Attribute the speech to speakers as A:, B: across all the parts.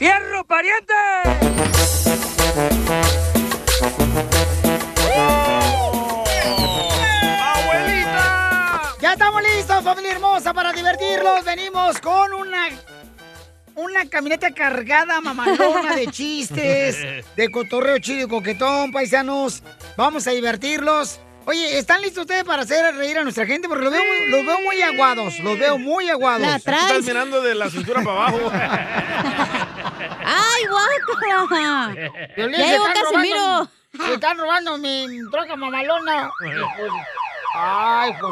A: ¡Fierro, pariente!
B: ¡Abuelita!
C: Ya estamos listos, familia hermosa, para divertirlos. Venimos con una una camioneta cargada mamalona de chistes, de cotorreo chido y coquetón, paisanos. Vamos a divertirlos. Oye, ¿están listos ustedes para hacer reír a nuestra gente? Porque los veo, muy- los veo muy aguados, los veo muy aguados.
D: La traes. Estás
E: ¿eh? mirando de la cintura para abajo.
D: ¡Ay, guácala!
C: Violín,
D: ¡Ya
C: se
D: llegó
C: están
D: Casimiro!
C: robando- Se están robando mi troca mamalona. Ay, pues.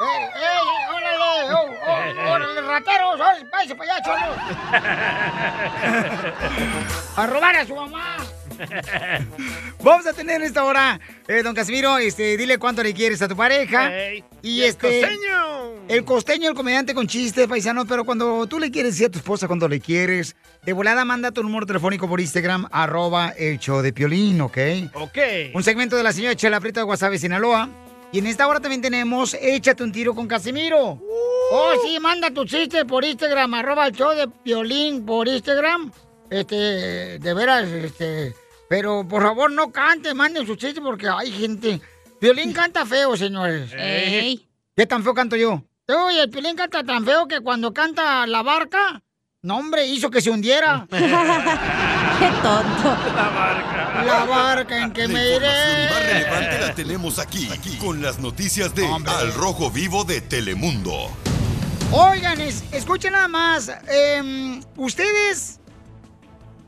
C: ¡Ey, ey, órale! oh, oh, ¡Órale, rateros! ¡Órale, váyanse para allá, cholos! ¡A robar a su mamá! Vamos a tener en esta hora, eh, don Casimiro, este, dile cuánto le quieres a tu pareja.
E: Ey.
C: Y,
E: Y el
C: este.
E: costeño.
C: El costeño, el comediante con chistes, paisano, pero cuando tú le quieres decir a tu esposa cuando le quieres, de volada manda tu número telefónico por Instagram, arroba el show de piolín, ¿ok?
E: Ok.
C: Un segmento de la señora Chela Prieto de Guasave, Sinaloa. Y en esta hora también tenemos Échate un tiro con Casimiro. Oh, sí, manda tu chiste por Instagram, arroba el show de Piolín por Instagram. Este, de veras, este... Pero, por favor, no cante, manden su chiste porque hay gente... Piolín canta feo, señores.
D: Ey.
C: ¿Qué tan feo canto yo? Uy, el Piolín canta tan feo que cuando canta la barca... No, hombre, hizo que se hundiera. ¡Qué tonto!
E: La barca.
C: La barca en que me iré.
F: Más relevante la tenemos aquí, aquí, con las noticias de Al Rojo Vivo de Telemundo.
C: Oigan, es- escuchen nada más. em, ¿Ustedes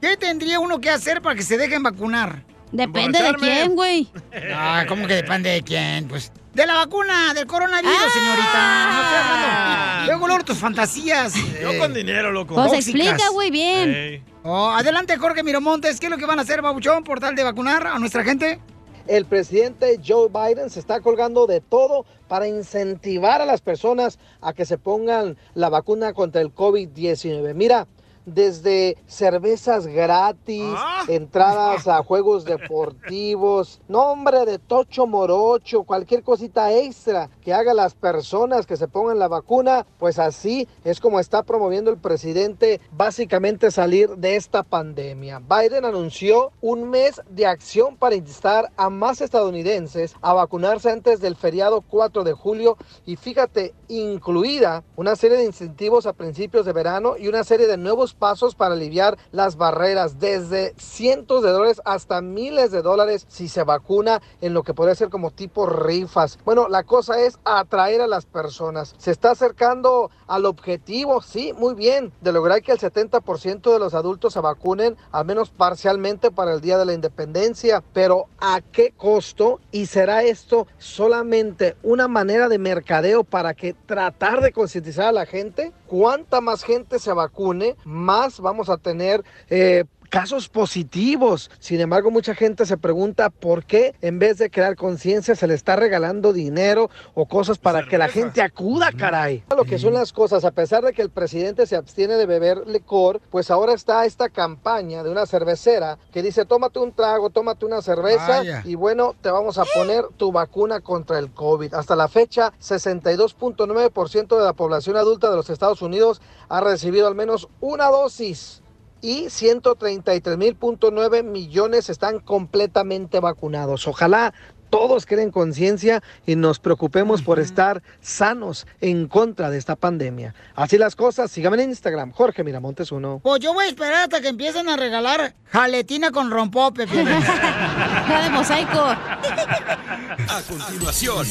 C: qué tendría uno que hacer para que se dejen vacunar?
D: Depende de quién, güey.
C: Ah, ¿cómo que depende de quién? Pues de la vacuna, del coronavirus,
D: Ah.
C: señorita. No estoy hablando. Luego, luego tus fantasías.
E: Ah. Yo con dinero, loco.
C: Pues
D: explica, güey, bien.
E: Ey.
C: Oh, adelante, Jorge Miramontes. ¿Qué es lo que van a hacer, Babuchón, por tal de vacunar a nuestra gente?
G: El presidente Joe Biden se está colgando de todo para incentivar a las personas a que se pongan la vacuna contra el COVID-19. Mira, desde cervezas gratis, entradas a juegos deportivos, nombre de tocho morocho, cualquier cosita extra que haga las personas que se pongan la vacuna, pues así es como está promoviendo el presidente básicamente salir de esta pandemia. Biden anunció un mes de acción para instar a más estadounidenses a vacunarse antes del feriado 4 de julio y fíjate, incluida una serie de incentivos a principios de verano y una serie de nuevos pasos para aliviar las barreras desde cientos de dólares hasta miles de dólares si se vacuna en lo que podría ser como tipo rifas. Bueno, la cosa es atraer a las personas. Se está acercando al objetivo, sí, muy bien, de lograr que el 70% de los adultos se vacunen, al menos parcialmente para el Día de la Independencia. Pero ¿a qué costo? ¿Y será esto solamente una manera de mercadeo para que tratar de concientizar a la gente? Cuanta más gente se vacune, más vamos a tener... eh, casos positivos. Sin embargo, mucha gente se pregunta por qué en vez de crear conciencia se le está regalando dinero o cosas para que la gente acuda, caray. Lo que son las cosas, a pesar de que el presidente se abstiene de beber licor, pues ahora está esta campaña de una cervecera que dice, tómate un trago, tómate una cerveza
C: Vaya.
G: y bueno, te vamos a poner tu vacuna contra el COVID. Hasta la fecha, 62.9% de la población adulta de los Estados Unidos ha recibido al menos una dosis y 133.9 millones están completamente vacunados. Ojalá todos creen conciencia y nos preocupemos por estar sanos en contra de esta pandemia. Así las cosas, síganme en Instagram, Jorge Miramontes 1.
C: Pues yo voy a esperar hasta que empiecen a regalar jaletina con rompope. La de mosaico.
F: A continuación,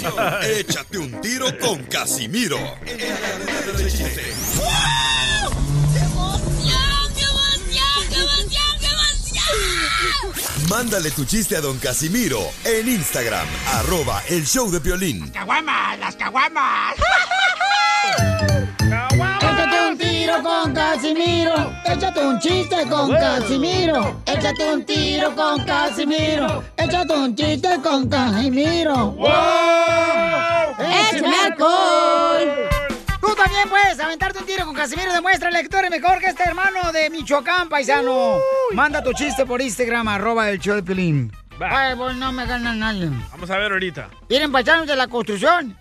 F: échate un tiro con Casimiro. Mándale tu chiste a don Casimiro en Instagram, arroba el show de violín.
C: ¡Caguamas! ¡Las caguamas! Échate un tiro con Casimiro. Échate un chiste con Casimiro. Échate un tiro con Casimiro. Échate un chiste con Casimiro. ¡Wow!
D: ¡Échame alcohol!
C: Tú también puedes aventarte un tiro con Casimiro. Demuestra, lector, y mejor que este hermano de Michoacán, paisano. Manda tu chiste por Instagram, arroba el show de Pelín. Ay, vos no me ganas nadie.
E: Vamos a ver ahorita.
C: Miren, paisanos de la construcción.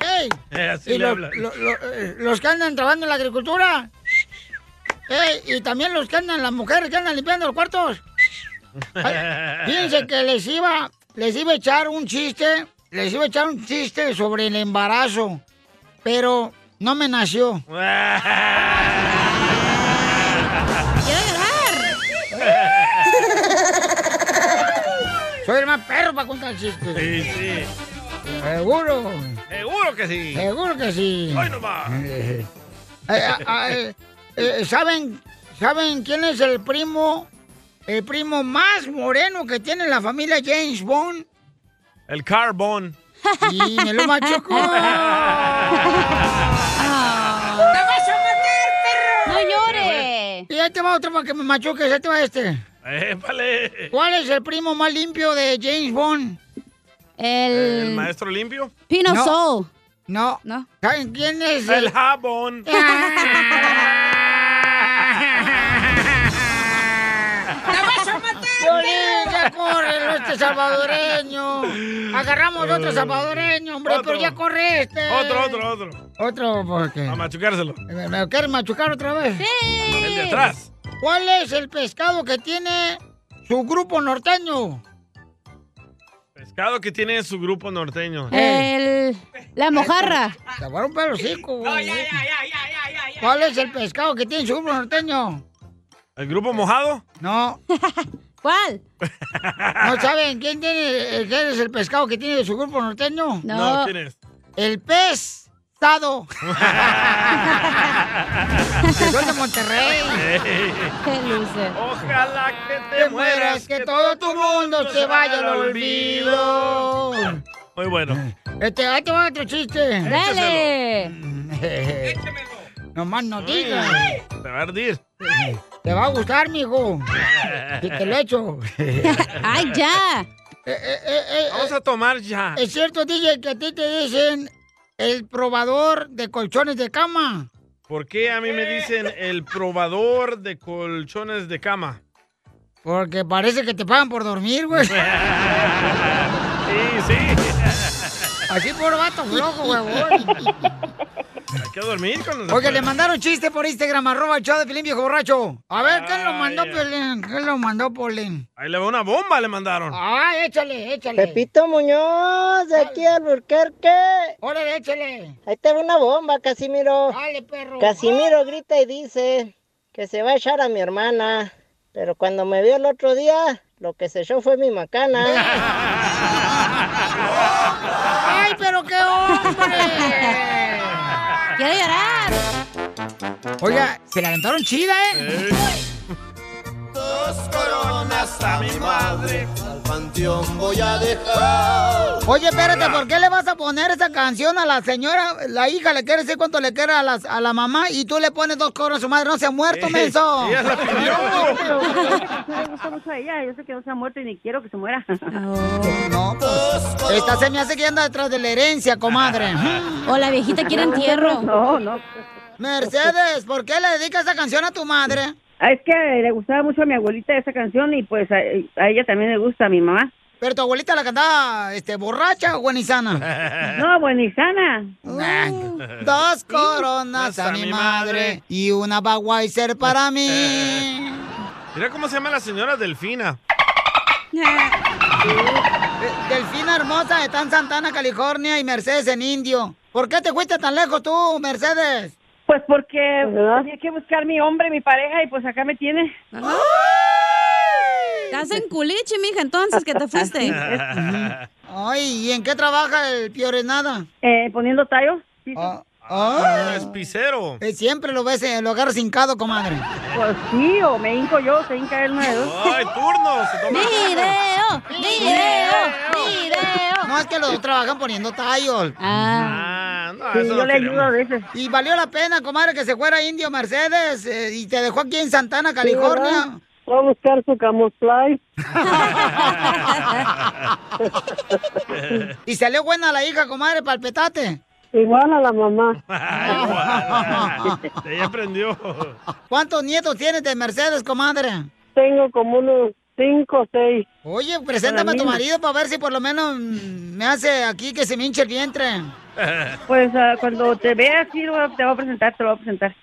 C: ¡Ey!
E: Eh, así
C: Y
E: le
C: lo-
E: habla.
C: lo- lo- eh, los que andan trabajando en la agricultura. Eh, y también los que andan, las mujeres que andan limpiando los cuartos. Ay, Fíjense que les iba, les iba a echar un chiste, les iba a echar un chiste sobre el embarazo, pero no me nació. Soy el más perro para contar chistes.
E: Sí, sí.
C: Seguro,
E: Seguro que sí.
C: seguro que sí.
E: Hoy nomás.
C: Eh, eh, eh, eh, ¿saben, ¿Saben quién es el primo? El primo más moreno que tiene la familia James Bond.
E: El carbón.
C: Y me lo machucó.
D: ¡No llore!
C: Y ahí te va otro para que me machuques, ahí te va este.
E: Épale.
C: ¿Cuál es el primo más limpio de James Bond?
E: El
D: El
E: maestro limpio.
D: Pin of
C: No.
D: Soul.
C: No.
D: No.
C: ¿Saben quién es
E: El
C: el... Ah,
E: jabón.
C: Piolín, ya corre este salvadoreño. Agarramos otro salvadoreño, hombre,
E: Otro.
C: pero ya corre este.
E: Otro, otro, otro.
C: Otro, porque. Eh,
E: A machucárselo.
C: ¿Me, me quieren machucar otra vez?
E: El de atrás.
C: ¿Cuál es el pescado que tiene su grupo norteño?
E: Pescado que tiene su grupo norteño.
D: El... La mojarra.
C: Te voy a romper el hocico, güey. ¿Cuál es el pescado que tiene su grupo norteño?
E: El grupo mojado.
C: No,
D: ¿Cuál?
C: no saben quién tiene, eh, quién es el pescado que tiene su grupo norteño.
E: No,
D: No.
E: ¿quién es?
C: El pez. Sado. Que son de Monterrey.
D: Qué luce.
E: Ojalá que
C: te mueras, que todo tu mundo se vaya al olvido.
E: Muy bueno.
C: Este, ahí te va otro chiste.
D: Dale.
C: Nomás no digas.
E: Te va a ardir.
C: Te va a gustar, mijo. Si te lo echo. Eh,
D: Ay, ya.
C: eh, eh, eh,
E: Vamos a tomar ya.
C: ¿Es cierto, DJ, que a ti te dicen el probador de colchones de cama?
E: ¿Por qué a mí me dicen el probador de colchones de cama?
C: Porque parece que te pagan por dormir, güey.
E: Sí, sí.
C: Así por vato flojo, güey.
E: Hay que dormir con los
C: Oye, le mandaron chiste por Instagram, arroba el show de Pilín Viejo Borracho. A ver, ¿quién lo
E: Ay,
C: mandó,
E: ay.
C: Piolín? ¿Quién lo mandó, Polín?
E: Ahí le va una bomba, le mandaron.
C: Ah, échale, échale.
A: Pepito Muñoz, de aquí al Burquerque.
C: Órale, échale.
A: Ahí te va una bomba, Casimiro.
C: Dale, perro.
A: Casimiro grita y dice que se va a echar a mi hermana. Pero cuando me vio el otro día, lo que se echó fue mi macana.
C: ¡Ay, pero qué hombre!
D: Quiero llorar.
C: Oiga, se la aventaron chida, ¿eh? Oye, espérate, ¿por qué le vas a poner esa canción a la señora? La hija le quiere decir cuánto le quiere a, las- a la mamá y tú le pones dos coros a su madre. No se ha muerto, menso.
E: Ella la pidió.
H: No le gusta mucho a ella, yo sé que no se ha muerto y ni quiero que se muera.
C: No, pues, esta se me hace que anda detrás de la herencia, comadre. Mm.
D: O la viejita quiere entierro.
H: No, no.
C: Mercedes, ¿por qué le dedicas esa canción a tu madre?
H: Ah, Es que le gustaba mucho a mi abuelita esa canción y pues a, a ella también le gusta a mi mamá.
C: Pero tu abuelita la cantaba este, borracha o guanizana.
H: No, buenisana.
C: Nah. Dos
H: pues,
C: coronas a mi madre y una Budweiser para mí.
E: Mira cómo se llama la señora Delfina.
C: De- Eh, Delfina hermosa está en Santana, California y Mercedes en Indio. ¿Por qué te fuiste tan lejos tú, Mercedes?
H: Pues porque tenía que buscar mi hombre, mi pareja y pues acá me tiene.
D: Estás en culiche, mija, entonces que te fuiste.
C: Ay, ¿y en qué trabaja el Piorenada?
H: Eh, poniendo tallos. Sí,
C: Ah,
E: Ah,
C: ah.
E: es picero.
C: Eh, Siempre lo ves, eh, lo agarras hincado, comadre.
H: Pues sí, o me hinco yo, se hinca él, una de dos.
E: Ay, turno. Se toma.
D: Video, video, video.
C: No es que los dos trabajan poniendo tallos.
D: Ah,
E: Ah, no,
H: Sí,
E: eso no
H: yo le ayudo a
E: queremos.
H: veces.
C: Y valió la pena, comadre, que se fuera a Indio Mercedes eh, y te dejó aquí en Santana, California.
A: Va a buscar su camuflaje.
C: Y salió buena la hija, comadre, palpetate.
A: Igual a la mamá.
E: Ay, guau. De ahí aprendió.
C: ¿Cuántos nietos tienes de Mercedes, comadre?
A: Tengo como unos cinco o seis.
C: Oye, preséntame a tu marido para ver si por lo menos mm, me hace aquí que se me hinche el vientre.
H: Pues ah, cuando te vea, sí, lo- te voy a presentar, te lo voy a presentar.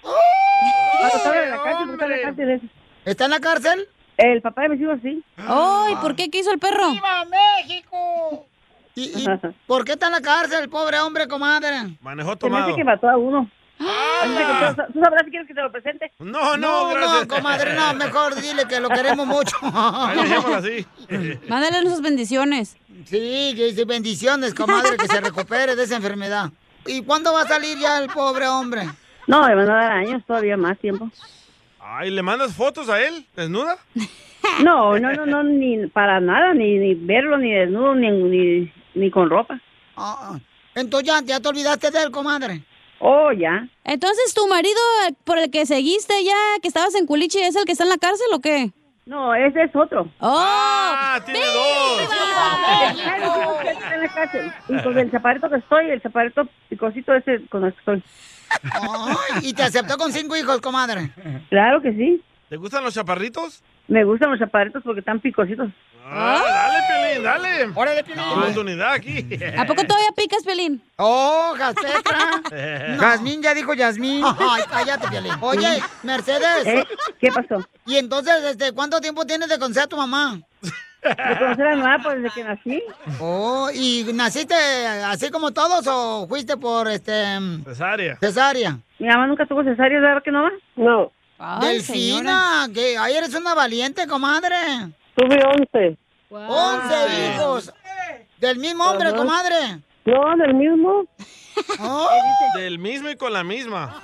I: Cuando estaba en la cárcel, porque está en la cárcel ese.
C: ¿Está en la cárcel?
I: El papá de mis hijos, sí.
D: ¡Ay! ¿Por qué? ¿Qué hizo el perro?
C: ¡Viva México! ¿Y, y por qué está en la cárcel, pobre hombre, comadre?
E: Manejó
I: Se me hace
E: tomado.
I: que mató a uno.
E: ¡Ah!
I: ¿Tú sabrás si quieres que te lo presente?
E: No,
C: No,
E: no,
C: no,
E: gracias.
C: comadre, no, mejor dile que lo queremos mucho.
E: Ahí lo llaman así.
D: Mándale sus bendiciones.
C: Sí, que dice bendiciones, comadre, que se recupere de esa enfermedad. ¿Y cuándo va a salir ya el pobre hombre?
I: No, me van a dar años, todavía más tiempo.
E: Ay, ¿le mandas fotos a él? ¿Desnuda?
I: No, no, no, no, ni para nada, ni, ni verlo, ni desnudo, ni, ni, ni con ropa.
C: Ah, ah. entonces ya, ya te olvidaste de él, comadre.
I: Oh, ya.
D: Entonces, ¿tu marido eh, por el que seguiste ya, que estabas en culichi, es el que está en la cárcel o qué?
I: No, ese es otro.
D: ¡Oh!
E: ¡Ah, tiene dos!
I: Ay, no, no, no, está en la cárcel. Y con el chaparrito que estoy, el chaparrito picosito ese con el que estoy.
C: Ay, y te aceptó con cinco hijos, comadre.
I: Claro que sí.
E: ¿Te gustan los chaparritos?
I: Me gustan los chaparritos porque están picositos.
E: Ah, dale, Pelín, dale.
C: Órale, Piolín.
E: Oportunidad aquí.
D: ¿A poco todavía picas, Pelín?
C: Oh, Casetra. Yasmín ya dijo Yasmín. Ay, cállate, Piolín. Oye,
I: ¿Eh?
C: Mercedes,
I: ¿Qué pasó?
C: ¿y entonces desde cuánto tiempo tienes de conocer a tu mamá?
I: ¿Me conocer a mi mamá pues, desde que nací?
C: Oh, ¿y naciste así como todos o fuiste por este
E: Cesárea.
C: cesárea?
I: Mi mamá nunca tuvo cesárea, ¿sabes que no va? No,
D: Ay, señora.
C: Delfina, que ahí eres una valiente, comadre.
I: tuve 11.
C: Once hijos. Del mismo hombre, comadre.
I: No, del mismo.
C: Oh,
E: Del mismo y con la misma.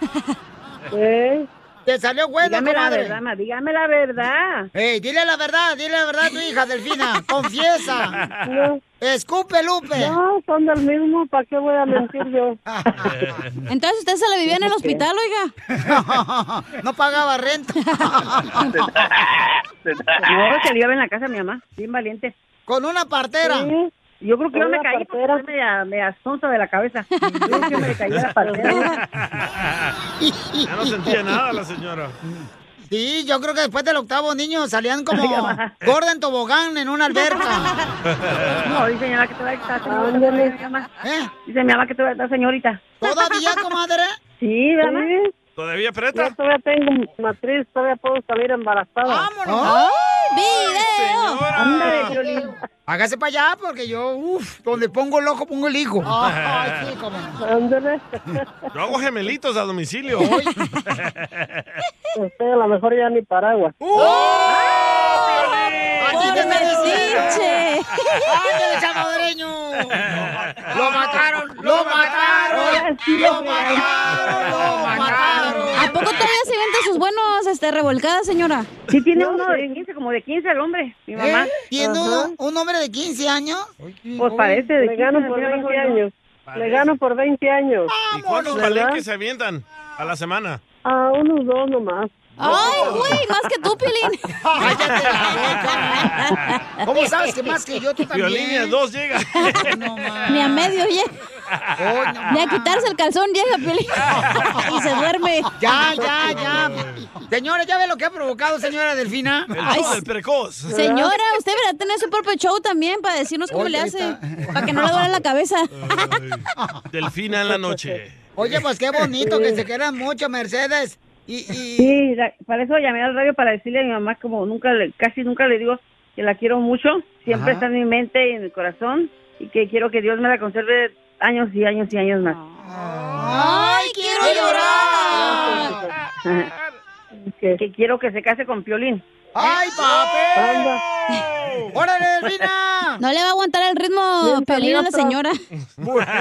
I: ¿Eh?
C: te salió bueno,
I: Dígame la
C: comadre.
I: verdad, ma, dígame la verdad.
C: Ey, dile la verdad, dile la verdad a tu hija, Delfina. Confiesa.
I: No,
C: Escupe, Lupe.
I: no, son del mismo, ¿para qué voy a mentir yo?
D: Entonces, ¿usted se la vivía en el hospital, oiga?
C: no pagaba renta.
I: No, que le iba en la casa a mi mamá, bien valiente.
C: Con una partera.
I: Yo creo que yo me caí porque yo me, me asonza de la cabeza. Yo creo que me caí de la partera.
E: Ya no sentía nada la señora.
C: Sí, yo creo que después del octavo niño salían como gorda en tobogán en una alberca.
I: No, dice mi mamá que te va a estar señorita. Dice mi mamá-
C: ¿Eh?
I: Dice mi mamá que te va a estar señorita.
C: ¿Todavía, comadre?
I: Sí, ¿verdad?
E: ¿Todavía preta?
I: todavía tengo matriz, todavía puedo salir embarazada.
C: Oh,
D: ¡Video!
E: Señora.
C: hágase para allá porque yo, uff, donde pongo el ojo pongo el hijo. Ay, sí, cómo no.
I: Ándale,
E: Yo hago gemelitos a domicilio.
J: Este,
I: usted a lo mejor ya ni paraguas.
C: ¡Oh! Así que me decís.
D: ¡Pinche!
C: ¡Ándale, salvadoreño! ¡Lo mataron! ¡Lo mataron! ¡Lo mataron! ¡Lo mataron!
D: ¿A poco todavía se vende sus buenos este, revolcadas, señora?
I: Sí, tiene uno de 15, como de 15 el hombre, mi mamá.
C: ¿Eh? ¿Tiene un, un hombre de 15 años?
I: Pues parece de 15
J: gano por 20 años. Le gano por 20 años.
E: ¿Y cuántos palenques se avientan a la semana?
J: A unos dos nomás.
D: ¡Ay, güey! Más que tú, Pelín.
C: ¡Cállate la boca! ¿Cómo sabes que más que yo tú también?
E: Violín y a dos llega.
C: No, ma.
D: Ni a medio llega.
C: Oh, no.
D: Ni a quitarse el calzón llega, Pelín. Y se duerme.
C: Ya, ya, ya. Señora, ya ve lo que ha provocado, señora Delfina.
E: El show del precoz.
D: Señora, usted deberá tener su propio show también para decirnos cómo
C: Oye,
D: le hace.
C: ahorita.
D: Para que no le duele la cabeza.
E: Ay, Delfina en la noche.
C: Oye, pues qué bonito que se quieran mucho, Mercedes. Y, y...
I: Sí, la- para eso llamé al radio para decirle a mi mamá, como nunca, le- casi nunca le digo que la quiero mucho, siempre
C: Ajá.
I: está en mi mente y en mi corazón, y que quiero que Dios me la conserve años y años y años más.
C: ¡Ay, quiero llorar!
I: Que, que quiero que se case con Piolín.
C: ¡Ay, papel! ¡Órale, Delfina!
D: No le va a aguantar el ritmo, Pelín, a la señora.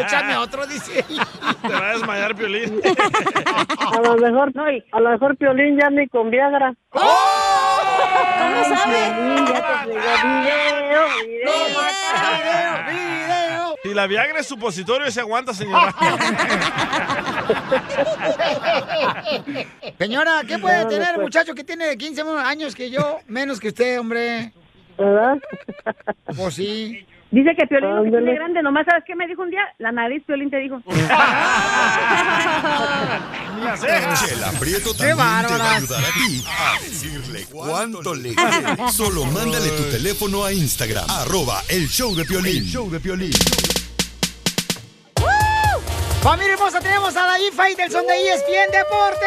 C: Échame otro, dice.
E: Te va a desmayar, Violín.
J: A lo mejor, no, y a lo mejor Piolín ya ni con Viagra.
C: Oh,
D: ¿Cómo sabe?
J: Piolín ya te pegó.
C: ¡Video, video!
E: Si la Viagra es supositorio, se aguanta, señora.
C: Señora, ¿qué puede tener el muchacho que tiene de 15 años que yo? Menos que usted, hombre.
J: ¿Verdad?
C: Pues sí.
I: Dice que Piolín no se
J: Ándale.
I: tiene grande, nomás ¿sabes qué me dijo un día? La nariz Piolín te dijo.
E: Las cejas.
F: Chela Prieto también te va a
C: bárbaras!
F: ayudar a ti a decirle cuánto le quiere. Solo mándale tu teléfono a Instagram, arroba el show de Piolín. show de Piolín.
C: E Familia hermosa, tenemos a David Faitelson de ESPN Deportes.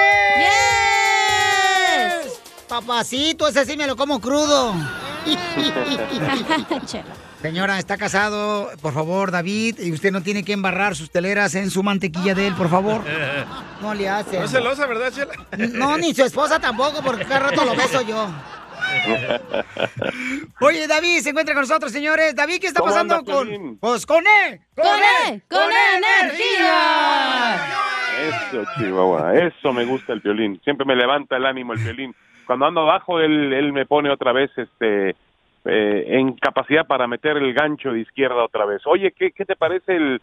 D: ¡Bien!
C: Papacito, ese sí me lo como crudo. Señora, está casado, por favor, David, y usted no tiene que embarrar sus teleras en su mantequilla de él, por favor. No le hace.
E: No es celosa, ¿verdad, Chela?
C: No, ni su esposa tampoco, porque cada rato lo beso yo. Oye, David, se encuentra con nosotros, señores. David, ¿qué está
K: ¿Cómo
C: pasando
K: anda,
C: con...
K: Piolín?
C: Pues con E, él.
K: Con él, con E,
C: energía.
K: Eso, Chihuahua, eso me gusta el violín. Siempre me levanta el ánimo el violín. Cuando ando abajo, él, él me pone otra vez este, eh, en capacidad para meter el gancho de izquierda otra vez. Oye, ¿qué, qué te parece el,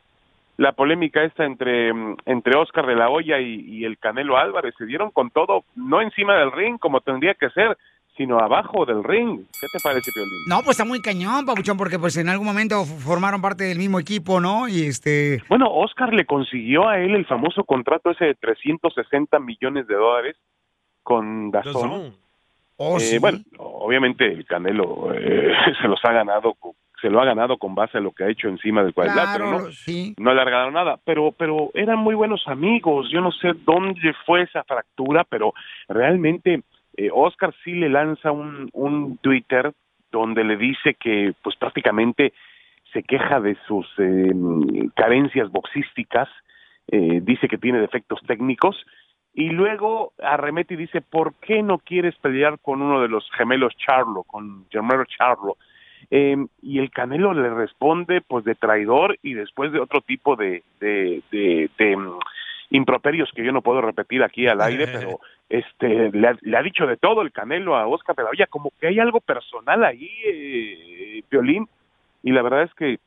K: la polémica esta entre, mm, entre Oscar de la Hoya y, y el Canelo Álvarez? Se dieron con todo, no encima del ring como tendría que ser, sino abajo del ring. ¿Qué te parece, violín?
C: No, pues está muy cañón, Pabuchón, porque pues en algún momento formaron parte del mismo equipo, ¿no? Y este...
K: Bueno, Oscar le consiguió a él el famoso contrato ese de 360 millones de dólares con Dazón.
C: Oh,
K: Eh,
C: sí.
K: Bueno, obviamente el Canelo eh, se los ha ganado, co- se lo ha ganado con base a lo que ha hecho encima del cuadrilátero,
C: Claro,
K: ¿no?
C: sí.
K: No le ha regalado nada, pero, pero eran muy buenos amigos. Yo no sé dónde fue esa fractura, pero realmente eh, Oscar sí le lanza un, un Twitter donde le dice que, pues prácticamente se queja de sus eh, carencias boxísticas, eh, dice que tiene defectos técnicos y luego arremete y dice, ¿por qué no quieres pelear con uno de los gemelos Charlo, con Germero Charlo? Eh, y el Canelo le responde pues de traidor y después de otro tipo de, de, de- de, mm, improperios que yo no puedo repetir aquí al aire, pero este le ha, le ha dicho de todo el Canelo a Oscar de la Hoya, como que hay algo personal ahí, eh, Violín, y la verdad es que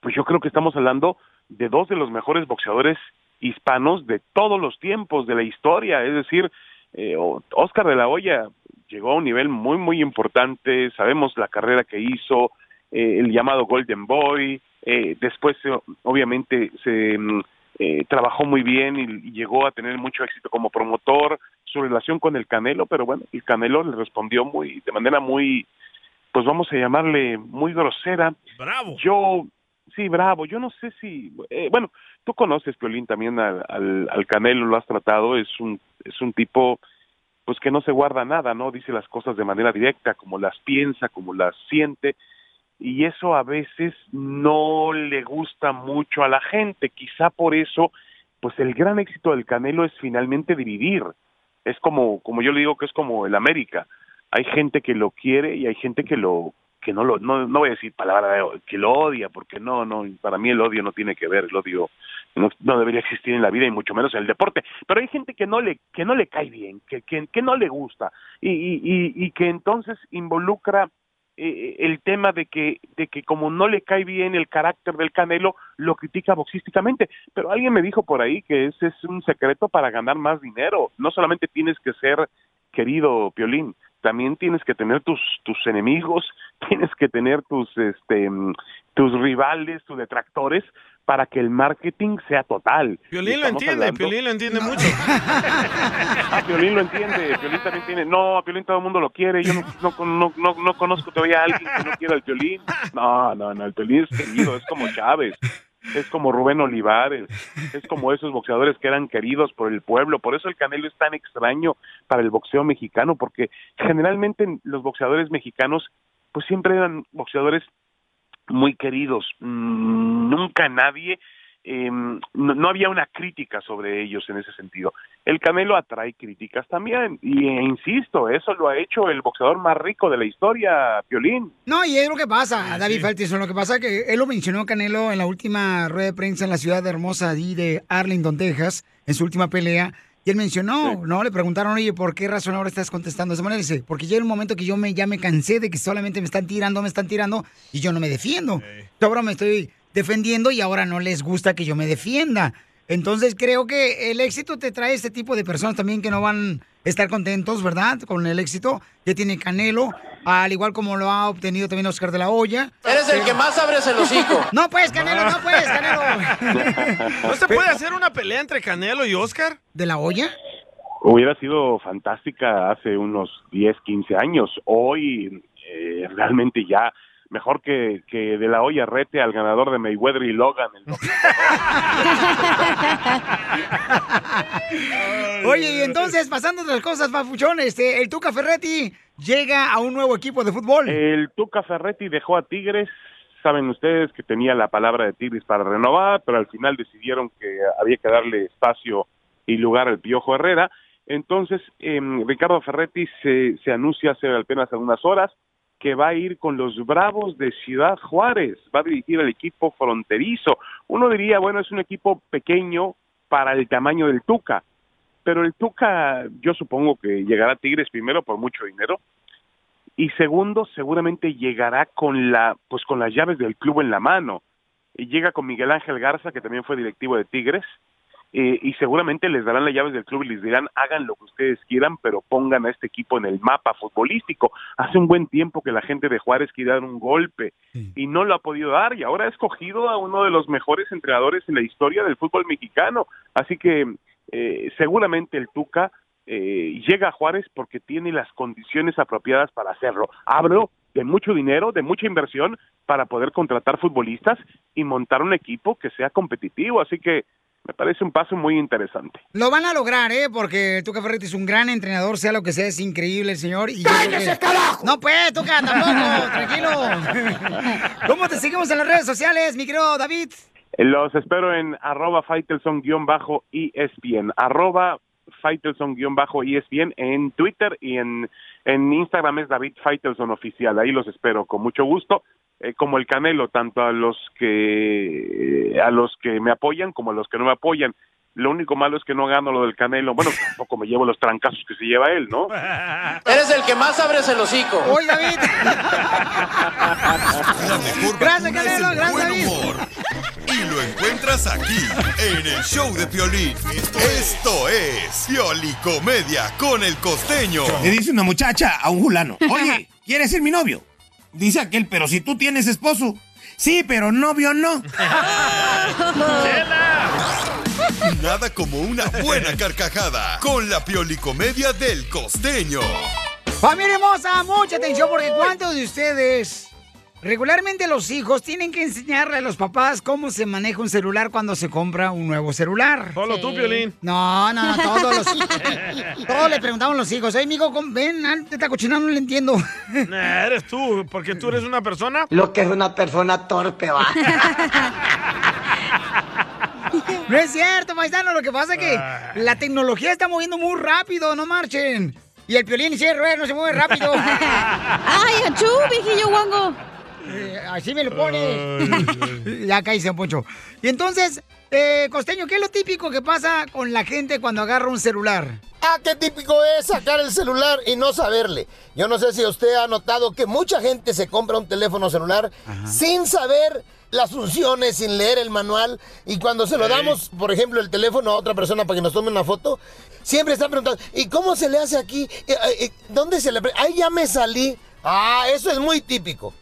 K: pues yo creo que estamos hablando de dos de los mejores boxeadores hispanos de todos los tiempos de la historia, es decir, eh, o- Oscar de la Hoya llegó a un nivel muy muy importante, sabemos la carrera que hizo, eh, el llamado Golden Boy, eh, después eh, obviamente se mm, eh, trabajó muy bien y, y llegó a tener mucho éxito como promotor, su relación con el Canelo, pero bueno, el Canelo le respondió muy de manera muy pues vamos a llamarle muy grosera.
E: Bravo.
K: Yo, sí, bravo. Yo no sé si, eh, bueno, tú conoces, Piolín, también al, al, al Canelo, lo has tratado, es un, es un tipo, pues que no se guarda nada, ¿no? Dice las cosas de manera directa, como las piensa, como las siente, y eso a veces no le gusta mucho a la gente. Quizá por eso, pues el gran éxito del Canelo es finalmente dividir. Es como, como yo le digo que es como el América hay gente que lo quiere y hay gente que lo que no lo no, no voy a decir palabra de- que lo odia porque no no para mí el odio no tiene que ver el odio no, no debería existir en la vida y mucho menos en el deporte pero hay gente que no le que no le cae bien que que, que no le gusta y, y, y, y que entonces involucra eh, el tema de que de que como no le cae bien el carácter del Canelo lo critica boxísticamente pero alguien me dijo por ahí que ese es un secreto para ganar más dinero no solamente tienes que ser querido Piolín, también tienes que tener tus tus enemigos, tienes que tener tus este mm, tus rivales, tus detractores para que el marketing sea total. Y
E: Piolín lo
K: estamos
E: entiende,
K: hablando-
E: Piolín lo entiende mucho.
K: Ah, Piolín lo entiende, Piolín también tiene, no, a Piolín todo el mundo lo quiere, yo no, no, no, no, no conozco todavía a alguien que no quiera al Piolín. No, no, no, el Piolín es querido, es como Chávez, es como Rubén Olivares, es como esos boxeadores que eran queridos por el pueblo, por eso el Canelo es tan extraño para el boxeo mexicano, porque generalmente los boxeadores mexicanos pues siempre eran boxeadores muy queridos. Mm, Nunca nadie, eh, no, no había una crítica sobre ellos en ese sentido. El Canelo atrae críticas también, y eh, insisto, eso lo ha hecho el boxeador más rico de la historia, Piolín.
C: No, y es lo que pasa, David Feltison. Lo que pasa es que él lo mencionó Canelo en la última rueda de prensa en la ciudad hermosa allí de Arlington, Texas, en su última pelea. Y él mencionó, ¿no? Le preguntaron, oye, ¿por qué razón ahora estás contestando de esa manera? Y Dice, porque llega un momento que yo me, ya me cansé de que solamente me están tirando, me están tirando y yo no me defiendo. Yo Ahora me estoy defendiendo y ahora no les gusta que yo me defienda. Entonces creo que el éxito te trae este tipo de personas también que no van a estar contentos, ¿verdad? Con el éxito que tiene Canelo, al igual como lo ha obtenido también Oscar de la Hoya.
L: Eres el que más abres el hocico.
C: No
E: pues,
C: puedes, Canelo, no puedes, Canelo.
E: ¿No se puede hacer una pelea entre Canelo y Oscar?
C: ¿De la olla?
K: Hubiera sido fantástica hace unos 10, 15 años. Hoy eh, realmente ya mejor que, que de la olla rete al ganador de Mayweather y Logan. el domingo.
C: Oye, y entonces, pasando otras cosas, Papuchón, este, el Tuca Ferretti llega a un nuevo equipo de fútbol.
K: El Tuca Ferretti dejó a Tigres. Saben ustedes que tenía la palabra de Tigres para renovar, pero al final decidieron que había que darle espacio y lugar al Piojo Herrera. Entonces, em, Ricardo Ferretti se, se anuncia hace apenas algunas horas que va a ir con los Bravos de Ciudad Juárez, va a dirigir al equipo fronterizo. Uno diría, bueno, es un equipo pequeño para el tamaño del Tuca, pero el Tuca yo supongo que llegará a Tigres primero por mucho dinero y segundo seguramente llegará con la pues con las llaves del club en la mano. Y llega con Miguel Ángel Garza, que también fue directivo de Tigres, eh, y seguramente les darán las llaves del club y les dirán hagan lo que ustedes quieran, pero pongan a este equipo en el mapa futbolístico. Hace un buen tiempo que la gente de Juárez quiere dar un golpe y no lo ha podido dar y ahora ha escogido a uno de los mejores entrenadores en la historia del fútbol mexicano. Así que eh, seguramente el Tuca eh, llega a Juárez porque tiene las condiciones apropiadas para hacerlo. Hablo de mucho dinero, de mucha inversión para poder contratar futbolistas y montar un equipo que sea competitivo. Así que me parece un paso muy interesante.
C: Lo van a lograr, ¿eh? Porque Tuca Ferretti es un gran entrenador, sea lo que sea, es increíble el señor. Y
B: ¡Cállese,
C: carajo! No, pues, Tuca, tampoco, tranquilo. ¿Cómo te seguimos en las redes sociales, mi querido David?
K: Los espero en arroba faitelson-espn, arroba faitelson-espn en Twitter y en, en Instagram es David Faitelson oficial. Ahí los espero con mucho gusto. eh, como el Canelo, tanto a los que a los que me apoyan como a los que no me apoyan. Lo único malo es que no gano lo del Canelo. Bueno, tampoco me llevo los trancazos que se lleva él, ¿no?
L: Eres el que más abres el hocico.
C: Oye, David.
F: Gracias, Canelo. Gracias, Y lo encuentras aquí, en el show de Piolín. Esto es Pioli Comedia con el costeño.
J: Le dice una muchacha a un fulano, oye, ¿quieres ser mi novio? Dice aquel, pero si tú tienes esposo. Sí, pero novio no.
F: Nada como una buena carcajada con la Pioli Comedia del costeño.
C: Familia hermosa, mucha atención porque ¿cuántos de ustedes regularmente los hijos tienen que enseñarle a los papás cómo se maneja un celular cuando se compra un nuevo celular?
E: Solo tú, Sí. Piolín.
C: No, Ah, no, no, todos los hijos. todos le preguntamos a los hijos, "Ey, mijo, com- ven, al- esta cochinada no le entiendo."
E: Nah, eres tú, porque tú eres una persona.
C: Lo que es una persona torpe, va. No es cierto, paisano. Lo que pasa es que la tecnología está moviendo muy rápido, no marchen. Y el piolín sí, Rueda, no se mueve rápido. ¡Ay, achú, viejillo guango! Eh, así me lo pones. ya caí, San Poncho. Y entonces, eh, Costeño, ¿qué es lo típico que pasa con la gente cuando agarra un celular?
M: Ah, qué típico es sacar el celular y no saberle. Yo no sé si usted ha notado que mucha gente se compra un teléfono celular sin saber las funciones, sin leer el manual. Y cuando se lo damos, por ejemplo, el teléfono a otra persona para que nos tome una foto, siempre están preguntando, ¿y cómo se le hace aquí? Eh, eh, eh, ¿Dónde se le... pre- Ahí ya me salí. Ah, eso es muy típico.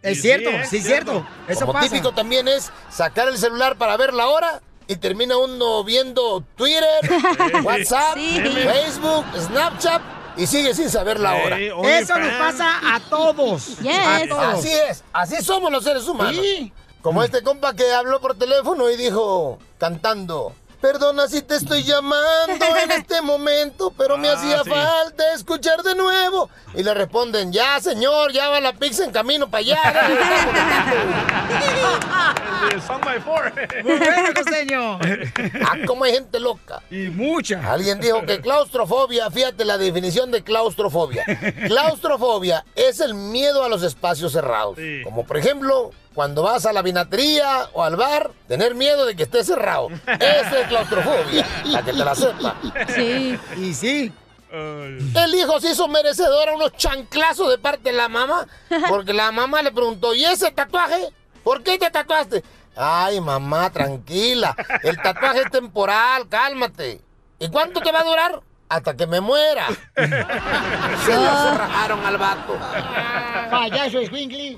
C: Es Y sí, cierto, es sí, es cierto. cierto. Eso
M: Como
C: pasa.
M: típico también es sacar el celular para ver la hora y termina uno viendo Twitter, WhatsApp,
B: Sí.
M: Facebook, Snapchat y sigue sin saber la hora.
B: Hey,
C: Eso nos pasa a todos. A todos.
M: Así es, así somos los seres humanos. Como este compa que habló por teléfono y dijo, cantando, perdona si te estoy llamando en este momento, pero me
B: Ah,
M: hacía
B: sí.
M: falta escuchar de nuevo. Y le responden, ya señor, ya va la pizza en camino para allá.
B: Muy bueno,
M: Ah, cómo hay gente loca.
C: Y mucha.
M: Alguien dijo que claustrofobia, fíjate la definición de claustrofobia. Claustrofobia es el miedo a los espacios cerrados. Como por ejemplo, cuando vas a la vinatería o al bar, tener miedo de que esté cerrado. Eso es claustrofobia, para que te la sepa.
B: Sí.
C: Y sí.
M: El hijo se hizo merecedor a unos chanclazos de parte de la mamá, porque la mamá le preguntó, ¿y ese tatuaje? ¿Por qué te tatuaste? Ay, mamá, tranquila, el tatuaje es temporal, cálmate. ¿Y cuánto te va a durar? Hasta que me muera. Se lo rajaron al vato.
C: Payaso Squinkly.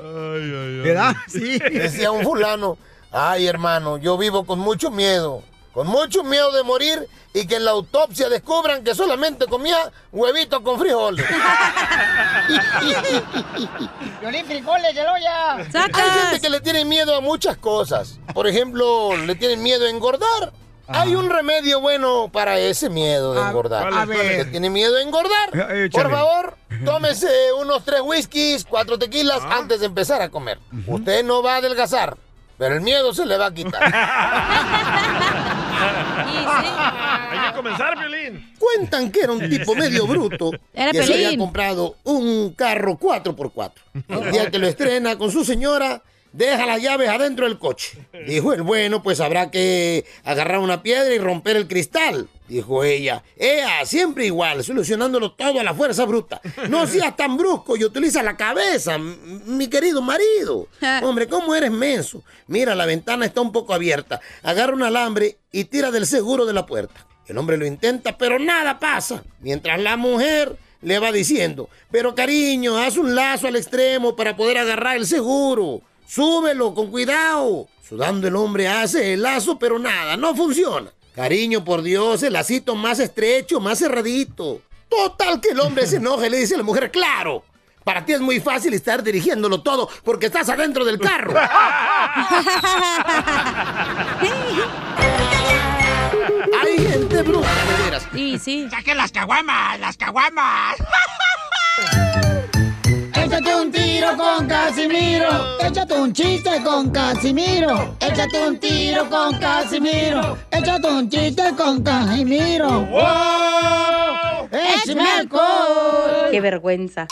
C: ¿Verdad? Sí.
M: Decía un fulano, ay hermano, yo vivo con mucho miedo, con mucho miedo de morir y que en la autopsia descubran que solamente comía huevitos con frijoles.
C: Violín frijoles, ya lo ya.
M: Hay gente que le tiene miedo a muchas cosas. Por ejemplo, le tienen miedo a engordar. Hay un remedio bueno para ese miedo de engordar.
B: ¿cuál es, cuál es?
M: Que tiene miedo a engordar.
B: Eh, échale.
M: Por favor, tómese unos tres whiskies, cuatro tequilas
B: Ah.
M: antes de empezar a comer. Usted no va a adelgazar, pero el miedo se le va a quitar.
E: Hay que comenzar, Piolín.
M: Cuentan que era un tipo medio bruto
E: Era
M: que se había
E: Pelín.
M: comprado un carro 4x4. El día que lo estrena con su señora, deja las llaves adentro del coche. Dijo el bueno, pues habrá que agarrar una piedra y romper el cristal. Dijo ella, ea, siempre igual, solucionándolo todo a la fuerza bruta. No seas tan brusco y utiliza la cabeza, m- mi querido marido. Hombre, ¿cómo eres menso? Mira, la ventana está un poco abierta. Agarra un alambre y tira del seguro de la puerta. El hombre lo intenta, pero nada pasa. Mientras la mujer le va diciendo, pero cariño, haz un lazo al extremo para poder agarrar el seguro. Súbelo con cuidado. Sudando el hombre hace el lazo, pero nada, no funciona. Cariño, por Dios, el lacito más estrecho, más cerradito. Total que el hombre se enoja y le dice a la mujer, claro, para ti es muy fácil estar dirigiéndolo todo porque estás adentro del carro. Hay gente bruta, de veras.
D: Sí, sí.
C: ¡Saquen las caguamas! ¡Las caguamas! Échate un tiro con Casimiro. Échate un chiste con Casimiro. Échate un tiro con Casimiro. Échate un chiste con Casimiro. ¡Wow! ¡Échame alcohol!
N: Qué vergüenza.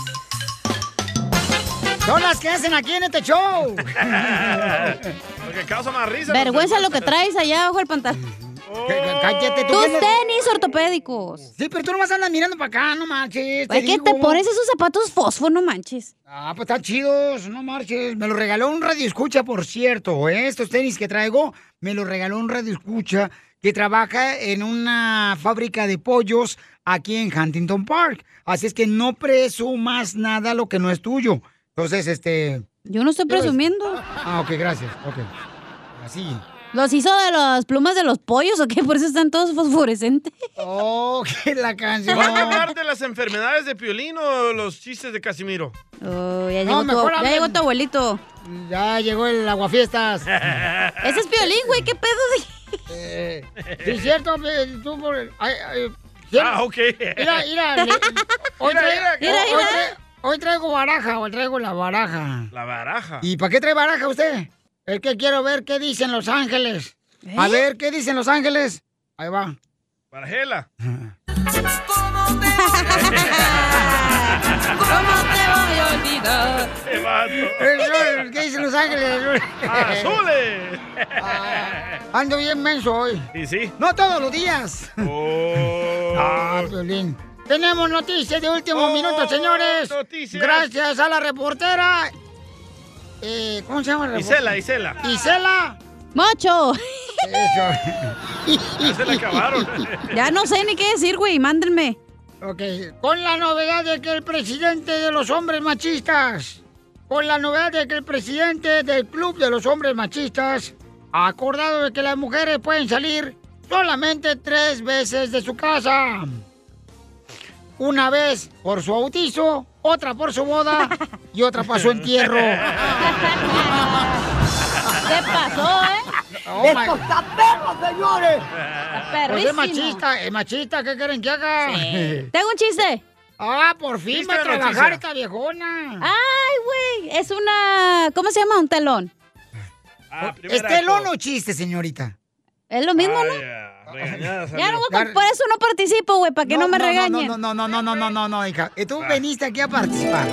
C: Son las que hacen aquí en este show.
E: Lo que causa más risa.
D: Vergüenza lo que traes allá abajo el pantalón.
C: Cállate, tú
D: Tus
C: vienes-
D: tenis ortopédicos.
C: Sí, pero tú no vas a andar mirando para acá, no manches.
D: ¿Por qué
C: digo.
D: te pones esos zapatos fosfo, no manches?
C: Ah, pues están chidos, no marches. Me lo regaló un radio escucha, por cierto. ¿eh? Estos tenis que traigo, me lo regaló un radio escucha que trabaja en una fábrica de pollos aquí en Huntington Park. Así es que no presumas nada lo que no es tuyo. Entonces, este.
D: Yo no estoy presumiendo.
C: Ah, ok, gracias. Ok. Así.
D: ¿Los hizo de las plumas de los pollos o qué? Por eso están todos fosforescentes.
C: Oh, que la canción.
E: ¿Van a hablar de las enfermedades de Piolín o los chistes de Casimiro?
D: Oh, ya,
E: No,
D: llegó
E: mejor
D: tu, ya
E: hablen.
D: llegó tu abuelito.
C: Ya llegó el aguafiestas.
D: Ese es Piolín, güey, qué pedo
C: de... Sí, es cierto, eh, tú por. ay, ay,
E: Ah, ok.
C: Mira, mira. le- Hoy,
B: Mira, mira,
C: tra- hoy- hoy
B: mira.
C: tra- hoy traigo baraja, hoy traigo la baraja.
E: La baraja.
C: ¿Y para qué trae baraja usted? Es que quiero ver qué dicen Los Ángeles. A
E: ¿Eh?
C: ver, ¿qué dicen Los Ángeles? Ahí va.
E: Barajela. Te
C: Eh, ¿Qué dicen Los Ángeles?
E: ¡Azules!
C: Ando bien menso hoy.
E: ¿Y sí? Oh.
C: No todos los días. Ah, Piolín. Tenemos noticias de último minuto, señores.
E: noticias.
C: Gracias a la reportera. eh, ¿Cómo se llama la
E: Isela,
C: reportera?
E: Isela.
C: Isela.
D: ¡Mocho!
C: Eso.
E: Se la acabaron.
D: Ya no sé ni qué decir, güey, mándenme.
C: Ok, con la novedad de que el presidente de los hombres machistas, con la novedad de que el presidente del Club de los Hombres Machistas ha acordado de que las mujeres pueden salir solamente tres veces de su casa. Una vez por su bautizo, otra por su boda y otra para su entierro.
B: ¿Qué pasó, eh?
C: Esto
B: está perro, señores.
C: Oh Pues es machista, es machista, ¿qué quieren que haga?
D: Sí. Tengo un chiste.
C: Ah, por fin va a trabajar esta viejona.
D: Ay, güey, es una... ¿Cómo se llama? Un telón.
C: ¿Es telón o chiste, señorita?
D: Es lo mismo, ¿no? Ya no, voy a- por eso no participo, güey, para que no, me regañen.
C: No, no, no, no, no, no, no, no, hija. Eh,
E: Ah.
C: Tú veniste aquí a participar.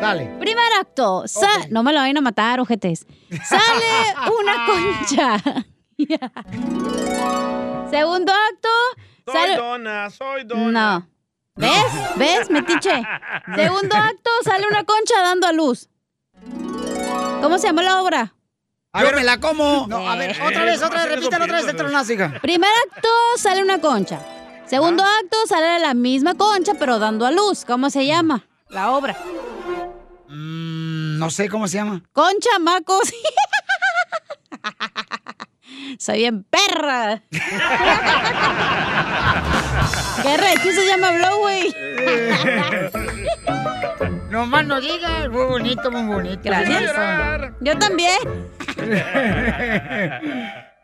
C: Dale.
D: Primer acto. sa- No me lo vayan a matar, ojetes. Sale una concha. Segundo acto.
E: Soy
D: Sale...
E: dona, soy dona.
D: No. ¿Ves? ¿Ves, metiche? Segundo acto, sale una concha dando a luz. ¿Cómo se llama la obra?
C: A ver, me la como. Eh, No, a ver,
O: Eh,
C: otra vez, otra vez, repítalo otra vez el tronazo, hija. ¿Ah?
D: Primer acto, sale una concha. Segundo acto, sale la misma concha, pero dando a luz. ¿Cómo se llama la obra?
C: Mm, No sé cómo se llama.
D: Concha Macos. Soy bien perra. ¿Qué recho se llama Blow, güey?
C: No más no digas. Muy bonito, muy bonito.
D: Gracias.
C: Quiero llorar.
D: Yo también.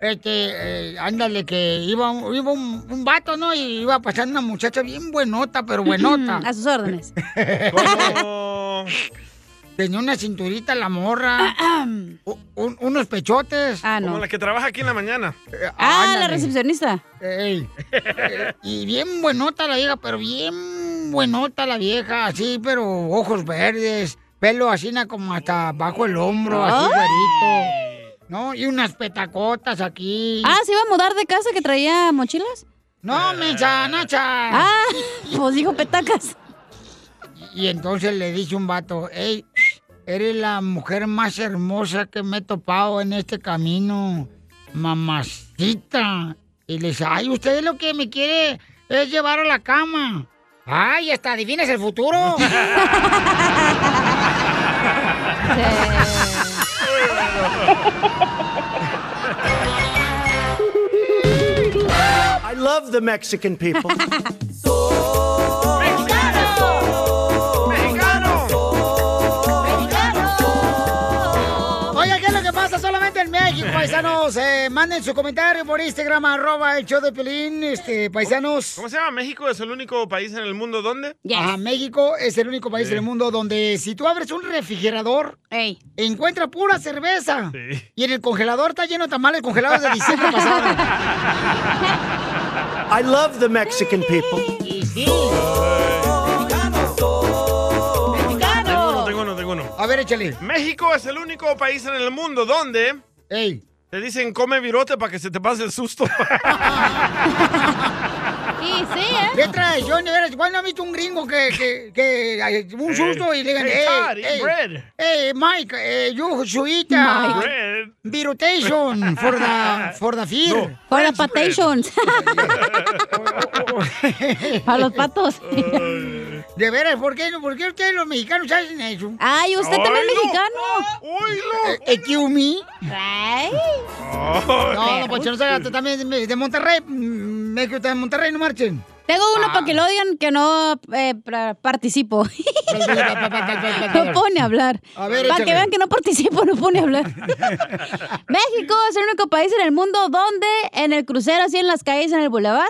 C: Este, eh, ándale, que iba, un- iba un, un vato, ¿no? Y iba pasando una muchacha bien buenota, pero buenota.
D: A sus órdenes.
C: Tenía una cinturita la morra. u- un- unos pechotes. Ah,
E: Como la que trabaja aquí en la mañana.
D: Ah, la recepcionista.
C: Ey. Eh, y bien buenota la vieja, pero bien buenota la vieja, así, pero ojos verdes, pelo así na, como hasta bajo el hombro, así
D: ¡Ay!
C: verito. ¿No? Y unas petacotas aquí.
D: Ah, ¿se iba a mudar de casa que traía mochilas?
C: No, mensa, Nacha.
D: Ah, pues dijo petacas.
C: Y entonces le dice un vato, hey, eres la mujer más hermosa que me he topado en este camino, mamacita. Y le dice, ay, usted lo que me quiere es llevar a la cama. Ay, hasta adivinas el futuro.
N: I love the Mexican people.
C: Oiga, ¿qué es lo que pasa solamente en México, paisanos? Eh, manden su comentario por Instagram, arroba el show de Pelín, este, paisanos.
E: ¿Cómo se llama? México es el único país en el mundo donde.
C: Ajá, México es el único país
E: Sí.
C: del mundo donde si tú abres un refrigerador, encuentra pura cerveza. Y en el congelador está lleno de tamales congelados de diciembre pasado.
N: I love the Mexican people.
E: Tengo uno, tengo uno, tengo uno.
C: A ver, échale.
E: México es el único país en el mundo donde. Te dicen come virote para que se te pase el susto.
D: Y sí,
C: ¿eh? ¿Qué traes, Johnny? De veras, ¿Cuándo ha visto un gringo que, que, que ay, un
E: Ey.
C: susto y le digan,
E: Hey,
C: eh,
E: Todd, eat
C: eh,
E: bread."
C: eh, Mike, eh, you should eat, uh,
E: Mike. Bread.
C: virutation for the, for the fear.
D: No, For the French bread. patations. Para los patos.
C: De veras, ¿por qué, no? ¿por qué ustedes los mexicanos hacen eso?
D: Ay, usted también es mexicano.
C: Eh, excuse me.
D: Ay.
C: No, no, pues no se haga, tú también de de Monterrey. mm, México está en Monterrey, no marchen.
D: Tengo uno
C: Ah.
D: para que lo digan que no eh, pra- participo. no pone a hablar.
C: A ver,
D: para
C: échale.
D: que vean que no participo, no pone a hablar. México es el único país en el mundo donde en el crucero, así en las calles, en el bulevar,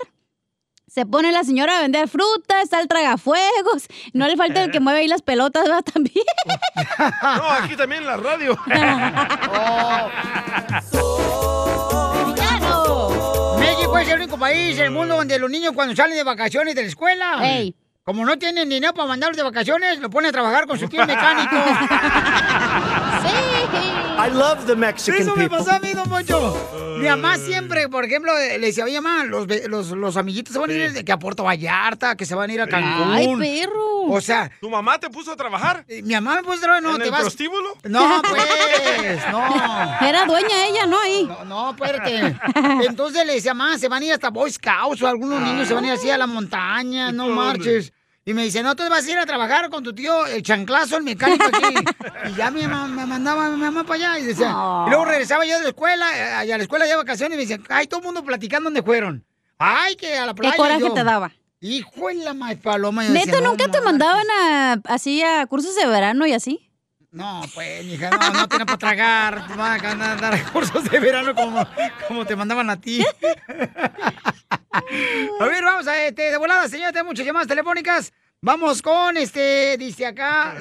D: se pone la señora a vender fruta, está el tragafuegos. No le falta
C: Eh.
D: el que mueve ahí las pelotas, ¿verdad? También.
E: No, aquí también en la radio.
C: Oh. México es el único país del mundo donde los niños cuando salen de vacaciones de la escuela,
D: Ey.
C: como no tienen dinero para mandarlos de vacaciones, lo ponen a trabajar con su tío mecánico.
N: I love the Mexican
C: Eso me
N: people.
C: pasó a mí, don Poncho. Mi mamá siempre, por ejemplo, le decía, oye, mamá, los, ve- los, los amiguitos se van a ir de que a Puerto Vallarta, que se van a ir a Cancún.
E: Ay,
D: perro.
C: O sea...
E: ¿Tu mamá te puso a trabajar?
C: Eh, Mi mamá me puso a trabajar, no,
E: ¿En
C: te
E: el
C: vas...
E: prostíbulo?
C: No, pues, no.
D: Era dueña ella, ¿no? Ahí.
C: No, no, espérate. Entonces le decía, mamá, se van a ir hasta Boy Scouts o algunos niños se van a ir así a la montaña, no
B: ¿Dónde?
C: marches. Y me dice, no, tú vas a ir a trabajar con tu tío, el chanclazo, el mecánico aquí. Y ya mi mamá me mandaba mi mamá para allá y decía.
B: Ah.
C: Y luego regresaba yo de la escuela, eh, y a la escuela de vacaciones y me decía, ay, todo el mundo platicando dónde fueron. Ay, que a la playa. y
D: coraje
C: yo,
D: te daba?
C: Hijo de la más paloma. yo
D: Neta,
C: decía, no,
D: nunca
C: no,
D: te mandaban a- así a cursos de verano y así.
C: No, pues, hija, no, no tiene para tragar. Te van a andar- dar cursos de verano como, como te mandaban a ti. A ver, vamos a este, de volada, señor, tengo muchas llamadas telefónicas. Vamos con este, dice acá.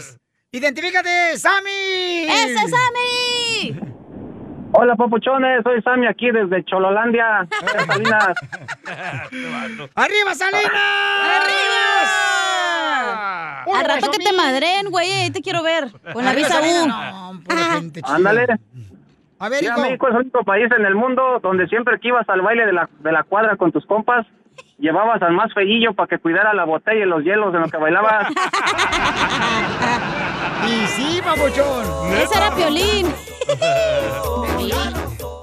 C: Identifícate, Sammy.
D: ¡Ese es Sammy!
P: Hola, papuchones. Soy Sammy aquí desde
E: Eh.
P: Chololandia, Salinas.
C: ¡Arriba, Salinas!
D: ¡Arriba! Al rato que te madren, güey, ahí te quiero ver. Con la
P: Arriba,
D: risa
P: Salinas,
Q: Ah,
D: U.
P: Ándale.
C: A
P: Sí, México es el único país en el mundo donde siempre que ibas al baile de la, de la cuadra con tus compas, llevabas al más feillo para que cuidara la botella y los hielos en lo que bailabas.
C: Y sí, papuchón.
D: Ese era Piolín.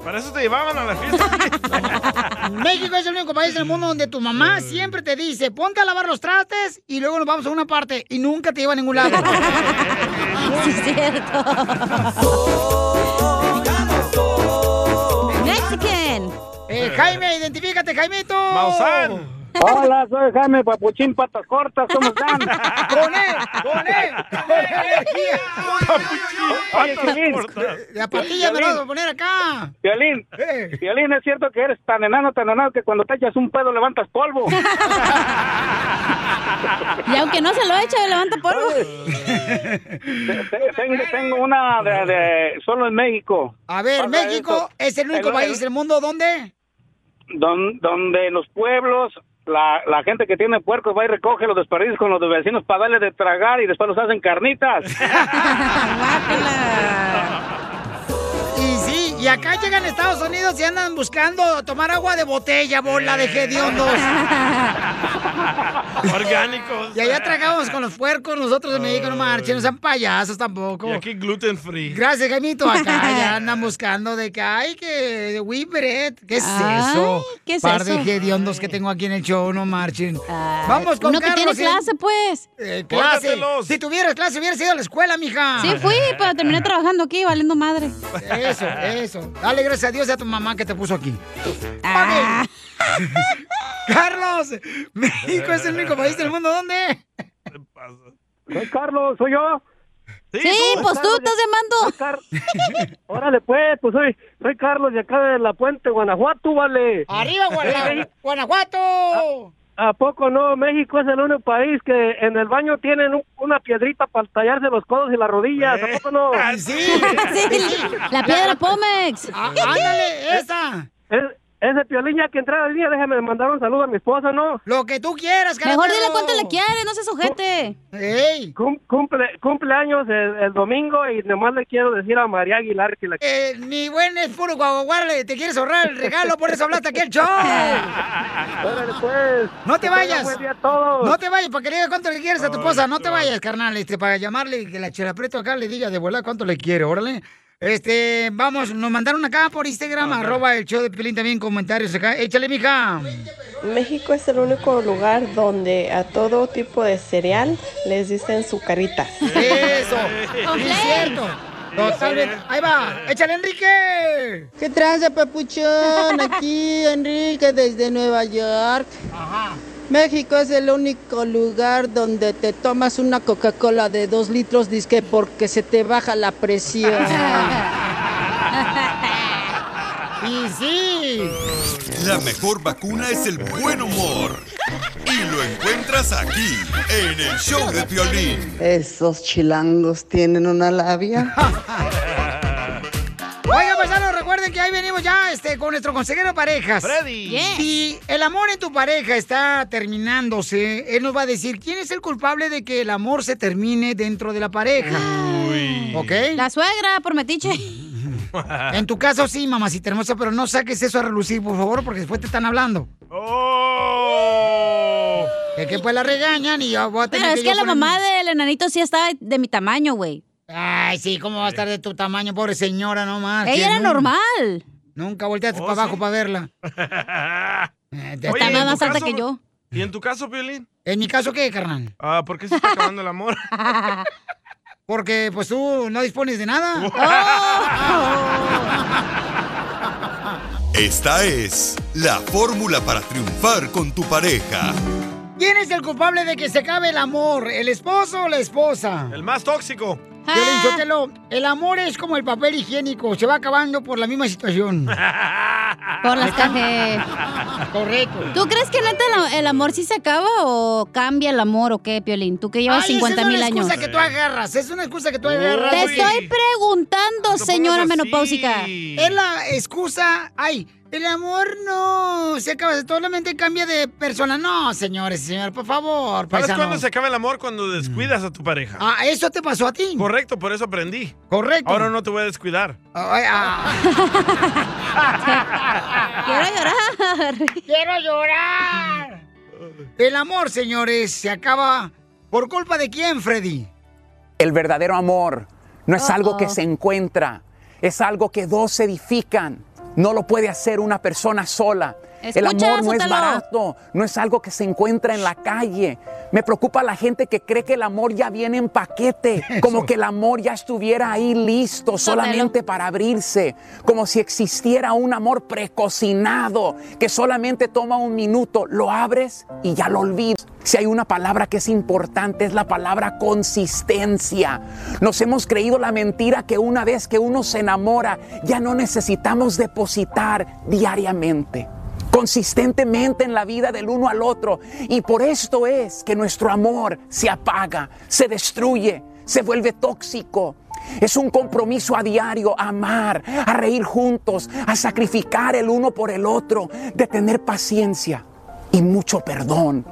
E: Para eso te llevaban a la fiesta.
C: México es el único país del mundo donde tu mamá siempre te dice, ponte a lavar los trastes y luego nos vamos a una parte y nunca te lleva a ningún lado.
D: Sí, es cierto. Mexican.
C: Eh, Jaime, identifícate, Jaimito.
E: Maussan.
Q: Hola, soy Jaime Papuchín Patas Cortas, ¿cómo están?
C: ¡Con él! ¡Con él! Eh,
Q: Oye, Piolín.
C: La patilla Eh. me la vas a poner acá.
Q: Violín, Violín, es cierto que eres tan enano, tan enano que cuando te echas un pedo levantas polvo.
D: Y aunque no se lo eche, levanta polvo.
Q: Te- te- tengo, tengo una de, de- solo en México.
C: A ver,
Q: Pasa
C: México
Q: esto.
C: es el único
Q: El-
C: país
Q: el-
C: del mundo donde...
Q: don- donde en los pueblos la, la gente que tiene puercos va y recoge los desperdicios con los de vecinos para darle de tragar y después los hacen carnitas.
C: Y sí, y acá llegan a Estados Unidos y andan buscando tomar agua de botella, bola de
D: Eh.
C: hediondos.
E: Orgánicos.
C: Y allá tragamos con los puercos nosotros en México, no marchen, no sean payasos tampoco.
E: Y aquí gluten free.
C: Gracias, Jaimito. Acá ya andan buscando de que, ay, que we bread. ¿Qué es
D: Ay,
C: eso?
D: ¿qué es
C: Par
D: eso?
C: de hediondos que tengo aquí en el show, no marchen. Vamos con
D: uno que tiene
C: Carlos, ¿eh?
D: clase, pues.
C: Eh, clase. Si tuvieras clase, hubieras ido a la escuela, mija.
D: Sí fui, pero terminé trabajando aquí, valiendo madre.
C: Eso, eso. Dale gracias a Dios y a tu mamá que te puso aquí.
D: Ah.
C: Ok. Carlos, México es el único país del mundo donde...
Q: Soy Carlos, soy yo.
E: Sí,
D: pues tú estás
Q: llamando. Órale, pues, pues soy, soy Carlos de acá de La Puente, Guanajuato, vale.
C: ¡Arriba, Guana-
Q: Eh,
C: Guanajuato!
Q: ¿A poco no? México es el único país que en el baño tienen un- una piedrita para tallarse los codos y las rodillas. ¿A poco no?
C: Eh, ah, Sí, Ah,
D: la piedra Pómex.
C: ándale, esa.
Q: ese piolín ya que entrara al día, déjame mandar un saludo a mi esposa, ¿no?
C: Lo que tú quieras,
D: Mejor dile cuánto le quieres, no seas ojete.
C: ¡Ey!
Q: cumple, cumpleaños el, el domingo y nomás le quiero decir a María Aguilar que la...
C: Eh, mi buen es puro guaguaguarle, te quieres ahorrar el regalo, por eso hablaste aquí el show.
Q: Órale, pues.
C: No te
Q: Que tengan
C: vayas.
Q: buen día a todos.
C: No te vayas, para que le digas cuánto le quieres a tu esposa. No te vayas, carnal, este, para llamarle y que la chelapreto acá le diga de vuelta cuánto le quiere, órale. Este, vamos, nos mandaron acá por Instagram, arroba el show de Pelín también comentarios acá. Échale, mija.
R: México es el único lugar donde a todo tipo de cereal les dicen sucaritas.
C: Eso, sí es cierto. Totalmente. Ahí va, échale, Enrique.
I: ¿Qué tranza, papuchón? Aquí Enrique desde Nueva York. México es el único lugar donde te tomas una Coca-Cola de dos litros, disque porque se te baja la presión.
C: Y sí.
F: La mejor vacuna es el buen humor. Y lo encuentras aquí, en el show de Piolín.
I: Esos chilangos tienen una labia.
C: Oiga, paisanos, recuerden que ahí venimos ya este, con nuestro consejero de parejas.
E: Freddy. Yes.
C: Si el amor en tu pareja está terminándose, él nos va a decir quién es el culpable de que el amor se termine dentro de la pareja. ¿Ok?
D: La suegra, por metiche.
C: En tu caso sí, mamacita hermosa, pero no saques eso a relucir, por favor, porque después te están hablando. Que, que pues la regañan y yo voy a tener
D: Pero es que
C: yo
D: la
C: poner-
D: mamá del enanito sí estaba de mi tamaño, güey.
C: Ay, sí, ¿cómo va a estar de tu tamaño, pobre señora, no más?
D: Ella
C: que
D: era
C: nunca-
D: normal.
C: Nunca volteaste
E: Oh,
C: para abajo
E: sí.
C: para verla.
E: Está
D: Está más alta que yo.
E: ¿Y en tu caso, Piolín?
C: ¿En mi caso qué, carnal?
E: Ah, ¿por qué se está acabando el amor?
C: Porque pues tú no dispones de nada.
E: Oh.
F: Esta es la fórmula para triunfar con tu pareja.
C: ¿Quién es el culpable de que se acabe el amor? ¿El esposo o la esposa?
E: El más tóxico.
C: Piolín Sotelo, el amor es como el papel higiénico, se va acabando por la misma situación.
D: Por las cajas.
C: Correcto.
D: ¿Tú crees que neta la- el amor sí se acaba o cambia el amor o qué, Piolín? Tú que llevas
C: Ay,
D: 50 mil
C: esa es una
D: años.
C: excusa que tú agarras, es una excusa que tú agarras.
D: Te
C: güey.
D: estoy preguntando, señora menopáusica.
C: Es la excusa, ay, el amor no se acaba, solamente cambia de persona. No, señores, señor, por favor,
E: ¿Sabes
C: paisano.
E: cuándo se acaba el amor? Cuando descuidas a tu pareja.
C: Mm. Ah, eso te pasó a ti.
E: Correcto, por eso aprendí.
C: Correcto.
E: Ahora no te voy a descuidar.
C: Ay, ah.
D: Quiero llorar.
C: Quiero llorar. El amor, señores, se acaba por culpa de quién, Freddy.
S: El verdadero amor no es algo que
C: Uh-oh.
S: se encuentra, es algo que dos edifican. No lo puede hacer una persona sola. El
D: Escucha,
S: amor no es
D: Sotelo.
S: barato, no es algo que se encuentra en la calle. Me preocupa la gente que cree que el amor ya viene en paquete, como que el amor ya estuviera ahí listo solamente para abrirse, como si existiera un amor precocinado que solamente toma un minuto, lo abres y ya lo olvidas. Si hay una palabra que es importante es la palabra consistencia. Nos hemos creído la mentira que una vez que uno se enamora ya no necesitamos depositar diariamente consistentemente en la vida del uno al otro. Y por esto es que nuestro amor se apaga, se destruye, se vuelve tóxico. Es un compromiso a diario, a amar, a reír juntos, a sacrificar el uno por el otro, de tener paciencia y mucho perdón.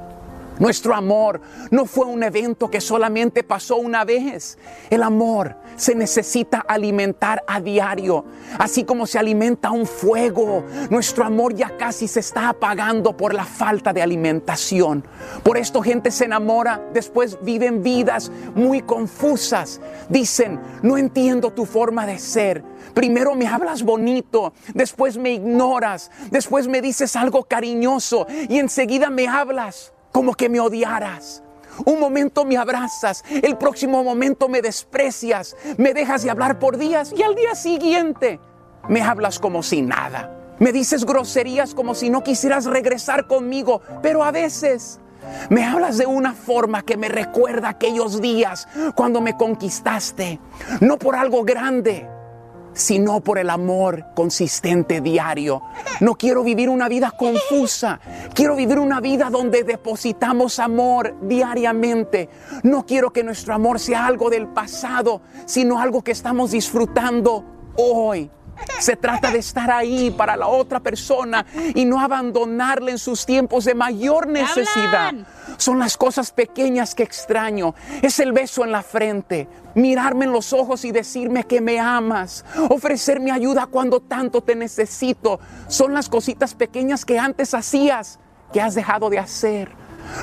S: Nuestro amor no fue un evento que solamente pasó una vez. El amor se necesita alimentar a diario, así como se alimenta un fuego. Nuestro amor ya casi se está apagando por la falta de alimentación. Por esto gente se enamora, después viven vidas muy confusas. Dicen, no entiendo tu forma de ser. Primero me hablas bonito, después me ignoras, después me dices algo cariñoso y enseguida me hablas como que me odiaras. Un momento me abrazas, el próximo momento me desprecias, me dejas de hablar por días y al día siguiente me hablas como si nada. Me dices groserías como si no quisieras regresar conmigo, pero a veces me hablas de una forma que me recuerda aquellos días cuando me conquistaste, no por algo grande, sino por el amor consistente diario. No quiero vivir una vida confusa, quiero vivir una vida donde depositamos amor diariamente. No quiero que nuestro amor sea algo del pasado, sino algo que estamos disfrutando hoy. Se trata de estar ahí para la otra persona y no abandonarle en sus tiempos de mayor necesidad. Son las cosas pequeñas que extraño. Es el beso en la frente, mirarme en los ojos y decirme que me amas, ofrecerme ayuda cuando tanto te necesito. Son las cositas pequeñas que antes hacías, que has dejado de hacer.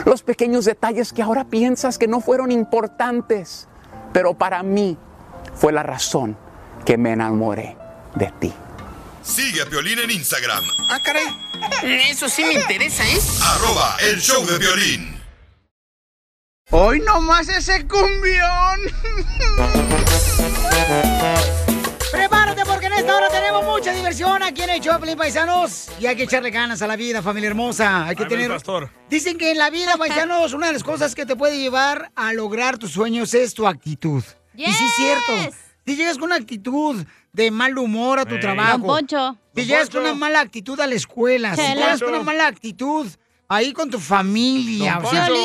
S: Los pequeños detalles que ahora piensas que no fueron importantes, pero para mí fue la razón que me enamoré de ti.
F: Sigue a Piolín en Instagram,
T: Ah, caray. Eso sí me interesa, ¿eh?
F: arroba el show de violín.
T: Hoy nomás ese cumbión.
C: Prepárate porque en esta hora tenemos mucha diversión aquí en el Choplin, paisanos. Y hay que echarle ganas a la vida, familia hermosa. Hay que
E: Ahí va el
C: tener...
E: pastor.
C: Dicen que en la vida, paisanos, una de las cosas que te puede llevar a lograr tus sueños es tu actitud. Y sí es cierto. Si llegas con una actitud de mal humor a tu
D: Ey.
C: trabajo.
D: Don Poncho.
C: Si
D: Don
C: llegas
D: Poncho.
C: con una mala actitud a la escuela. Si
D: Chela.
C: llegas
D: Don
C: con una
D: Poncho.
C: mala actitud ahí con tu familia.
D: Don
C: o sea,
D: Poncho.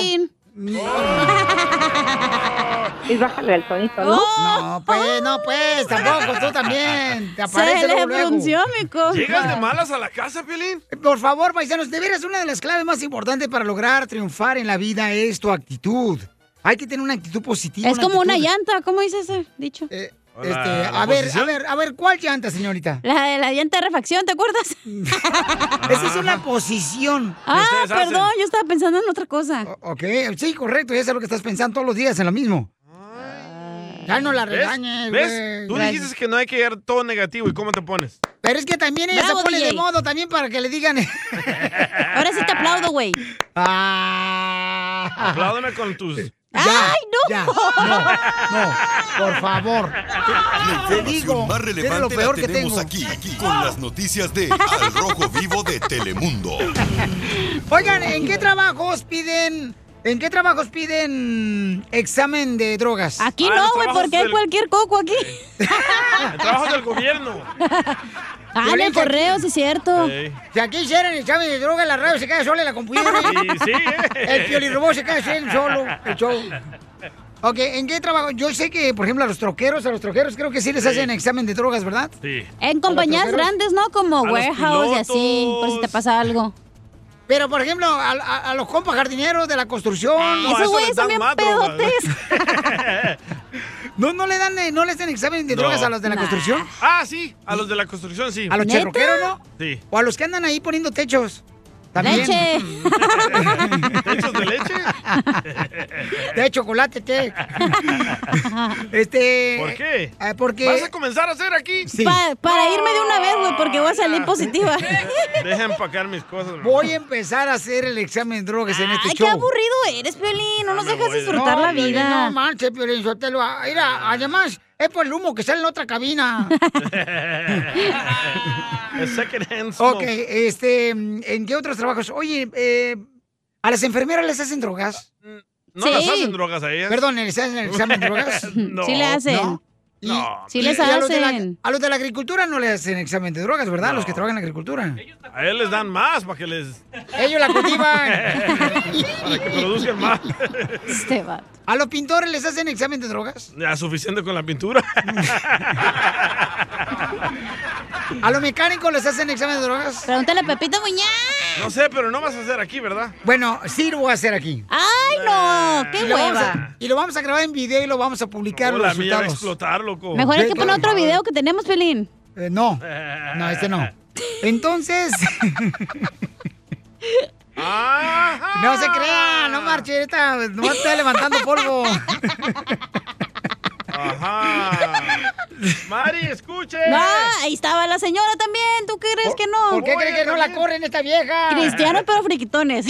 D: Violín.
C: Y bájale el tonito,
D: ¿no?
C: No, pues, no, pues, tampoco, tú también. Te aparece
D: Oh. Se le
C: luego, luego.
D: frunció, mico.
E: ¿Llegas de malas a la casa, Piolín?
C: Eh, Por favor, paisanos, de veras, una de las claves más importantes para lograr triunfar en la vida es tu actitud. Hay que tener una actitud positiva.
D: Es como una
C: actitud-
D: llanta, ¿cómo dice ese dicho?
C: Este, a ver, a ver, a ver, ¿cuál llanta, señorita?
D: La de la llanta de refacción, ¿te acuerdas?
E: Ah.
C: Esa es una posición.
D: Ah, perdón, yo estaba pensando en otra cosa.
C: Ok, sí, correcto, ya sé lo que estás pensando todos los días en lo mismo. Ya no la
E: ¿Ves?
C: regañes, güey.
E: ¿Ves? Tú dijiste que no hay que ir todo negativo. ¿Y cómo te pones?
C: Pero es que también ella
D: Bravo,
C: se pone de
D: DJ.
C: modo también para que le digan. Ahora
D: sí te aplaudo, güey.
E: Apláudame con tus...
C: ¡Ay, no! No, no, por favor.
F: La
C: Te
F: información
C: digo,
F: más
C: eres lo
F: relevante
C: peor que
F: la tenemos
C: tengo.
F: aquí, con las noticias de Al Rojo Vivo de Telemundo.
C: Oigan, ¿en qué trabajos piden, en qué trabajos piden examen de drogas?
D: Aquí no, güey, porque hay cualquier coco aquí.
E: Trabajo del gobierno.
D: Ah, en el correo, sí es cierto.
C: Si aquí hicieran el examen de drogas, la radio se cae sola en la computadora.
D: Sí, sí, eh.
C: El piolirrobot se cae él solo, el show. Ok, ¿en qué trabajo? Yo sé que, por ejemplo, a los troqueros, a los troqueros creo que sí les hacen examen de drogas, ¿verdad?
E: Sí.
D: En compañías
C: troqueros?
D: grandes, ¿no? Como
C: A los
D: warehouse y así, por si te pasa algo.
C: Pero, por ejemplo, a, a- a los compas jardineros de la construcción.
E: no, Ah, Esos a eso güeyes les son dan bien más drogas.
C: no, no le dan, eh, no le hacen examen de
E: No.
C: drogas a los de la
E: Nah.
C: construcción.
E: Ah, sí. A los de la construcción, sí.
C: A los cherroqueros, ¿no?
E: Sí.
C: O a los que andan ahí poniendo techos. También.
D: Leche.
E: ¿Techos de leche?
C: De chocolate, ¿qué? Este.
E: ¿Por qué?
C: Ah, porque.
E: ¿Vas a comenzar a hacer aquí?
D: Pa- para irme de una vez, güey, porque voy a
E: Ah.
D: salir positiva.
E: Deja empacar mis cosas. hermano.
C: Voy a empezar a hacer el examen de drogas en este
D: Ay,
C: show.
D: qué aburrido eres, Piolín. No nos
C: Ah, me
D: dejas
C: voy de-
D: disfrutar
C: No,
D: la
C: Piolín,
D: vida.
C: No manches, Piolín, Sotelo. Ah, Mira, además, es por el humo que sale en la otra cabina.
E: A second hand
C: ok,
E: smoke.
C: este, ¿en qué otros trabajos? Oye, eh, ¿a las enfermeras les hacen drogas?
E: ¿No las hacen drogas a ellas?
C: Perdón, ¿les hacen el examen de drogas?
E: No. Sí le hacen.
C: ¿No?
E: No.
C: Y- y a los de la- a los de la agricultura no les hacen examen de drogas, ¿verdad? Los que trabajan en la agricultura.
E: A él les dan más para que les...
C: Ellos la cultivan.
E: para que produzcan más.
D: Este
C: ¿A los pintores les hacen examen de drogas?
E: Ya, suficiente con la pintura.
C: ¿A los mecánicos les hacen examen de drogas?
D: Pregúntale a Pepito Muñán.
E: No sé, pero no vas a hacer aquí, ¿verdad?
C: Bueno, Ah, sí lo voy a hacer aquí.
D: ¡Ay, no! ¡Qué
C: Y lo vamos a-
D: hueva!
C: y lo vamos a grabar en video y lo vamos a publicar
E: No,
C: los
E: la mía va a
C: resultados.
E: explotar, loco.
D: Mejor hay
C: Sí,
D: que poner
C: claro.
D: otro video que tenemos, Piolín.
C: Eh, no, no, este no. Entonces. no se crea, no marche, ahorita no está levantando polvo.
E: Ajá. Mari, escuche.
D: No, ahí estaba la señora también. ¿Tú qué crees que no?
C: ¿Por qué cree que no la corren esta vieja?
D: Cristiano, pero friquitones.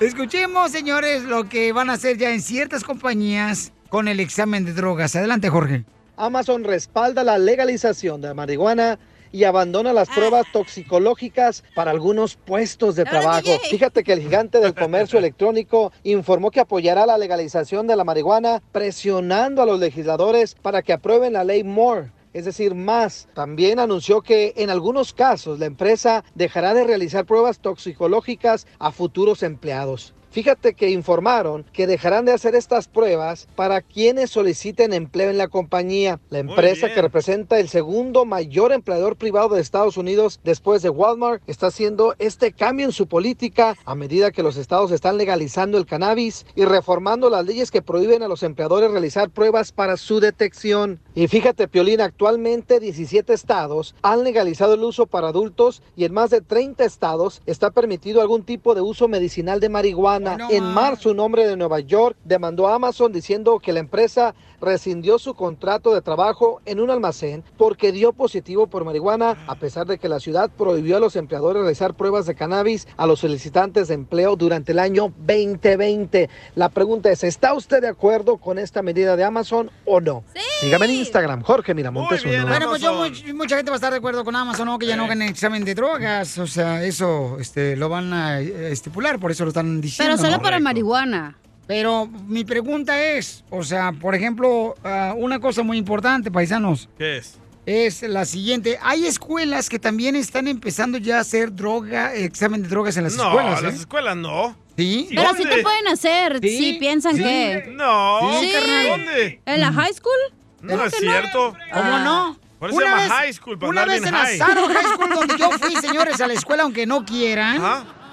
C: Escuchemos, señores, lo que van a hacer ya en ciertas compañías con el examen de drogas. Adelante, Jorge.
G: Amazon respalda la legalización de la marihuana y abandona las pruebas toxicológicas para algunos puestos de trabajo. Fíjate que el gigante del comercio electrónico informó que apoyará la legalización de la marihuana presionando a los legisladores para que aprueben la ley Moore. Es decir, más. También anunció que en algunos casos la empresa dejará de realizar pruebas toxicológicas a futuros empleados. Fíjate que informaron que dejarán de hacer estas pruebas para quienes soliciten empleo en la compañía. La empresa que representa el segundo mayor empleador privado de Estados Unidos después de Walmart está haciendo este cambio en su política a medida que los estados están legalizando el cannabis y reformando las leyes que prohíben a los empleadores realizar pruebas para su detección. Y fíjate, Piolín, actualmente 17 estados han legalizado el uso para adultos y en más de 30 estados está permitido algún tipo de uso medicinal de marihuana. en marzo, un hombre de Nueva York demandó a Amazon diciendo que la empresa rescindió su contrato de trabajo en un almacén porque dio positivo por marihuana, a pesar de que la ciudad prohibió a los empleadores realizar pruebas de cannabis a los solicitantes de empleo durante el año 2020. La pregunta es, ¿está usted de acuerdo con esta medida de Amazon o no? Sígame en Instagram, Jorge Miramontes. uno.
C: Bueno, pues yo, much- mucha gente va a estar de acuerdo con Amazon, ¿no? Que ya no hagan el examen de drogas. O sea, eso este, lo van a eh, estipular, por eso lo están diciendo.
D: Pero solo
C: ¿no?
D: para marihuana.
C: Pero mi pregunta es, o sea, por ejemplo, ah, una cosa muy importante, paisanos,
E: ¿Qué es?
C: es la siguiente. Hay escuelas que también están empezando ya a hacer droga, examen de drogas en las
E: no,
C: escuelas.
E: las
C: ¿eh?
E: escuelas no.
C: ¿Sí?
D: Pero sí te pueden hacer,
C: Sí,
D: si piensan
C: sí.
D: que.
E: No,
D: Sí.
E: carnal, ¿dónde?
D: ¿En la high school?
E: No
D: Claro
E: es
D: que Ah.
E: cierto.
C: ¿Cómo no?
E: Por eso se llama high school, para
C: una
E: andar
C: vez
E: bien
C: en
E: high.
C: Azaro High School, donde yo fui, señores, a la escuela, aunque no quieran.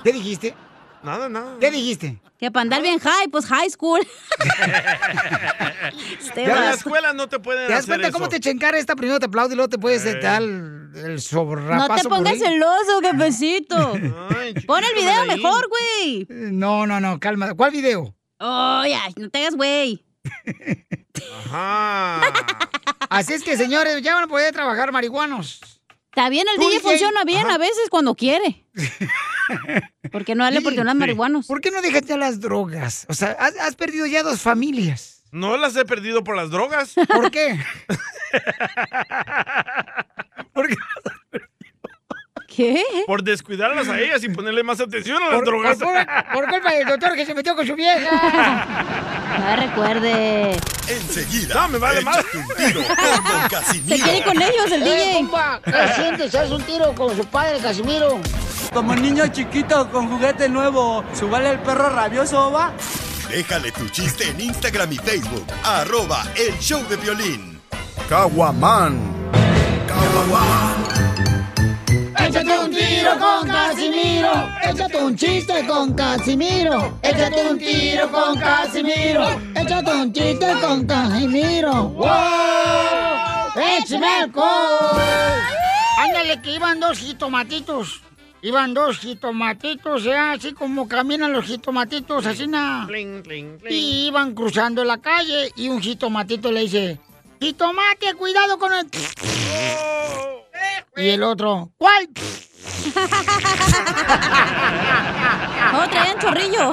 C: ¿Qué dijiste?
E: Nada, nada.
C: ¿Qué dijiste?
D: Que para andar bien high, pues high school.
E: en
C: vas.
E: la escuela no te pueden
C: ¿Te das
E: hacer
C: cuenta
E: eso.
C: cómo te chencar esta? Primero te aplaude y luego te puedes eh, te da el, el sobrapazo
D: no te pongas
C: por ahí.
D: celoso, jefecito. Pon el video
C: Manaín.
D: mejor, güey.
C: No, no, no, calma. ¿Cuál video?
D: Oh, ya, no te hagas, güey. Ah.
C: Así es que, señores, ya van a poder trabajar marihuanos.
D: Está bien, el
C: Tú,
D: DJ
C: DJ.
D: funciona bien
C: Ajá.
D: a veces cuando quiere. ¿Por qué no darle
C: Sí,
D: oportunidad a los
C: sí.
D: marihuanos?
C: ¿Por qué no dejaste a las drogas? O sea, has, has perdido ya dos familias.
E: No las he perdido por las drogas.
C: ¿Por qué?
D: ¿Qué?
E: Por descuidarlas a ellas y ponerle más atención a las
C: Por-
E: drogas.
C: Por, culpa- por culpa del doctor que se metió con su vieja.
D: No recuerde.
F: Enseguida.
E: No, me vale más.
D: Se quiere ir con ellos el DJ.
C: ¿Qué sientes? ¿Haz un tiro con su padre, Casimiro?
U: Como niño chiquito con juguete nuevo, ¿subale el perro rabioso, va?
F: Déjale tu chiste en Instagram y Facebook. Arroba el show de violín.
V: Caguaman.
C: Échate un tiro con Casimiro. Échate un chiste con Casimiro. Échate un tiro con Casimiro. Échate un chiste con Casimiro. ¡Wow! ¡Échame alcohol! Ándale, que iban dos jitomatitos. Iban dos jitomatitos, ¿eh? así como caminan los jitomatitos, así nada. Y iban cruzando la calle y un jitomatito le dice, jitomate, cuidado con el... Y el otro, ¿cuál?
D: ¡Oh, traían chorrillo!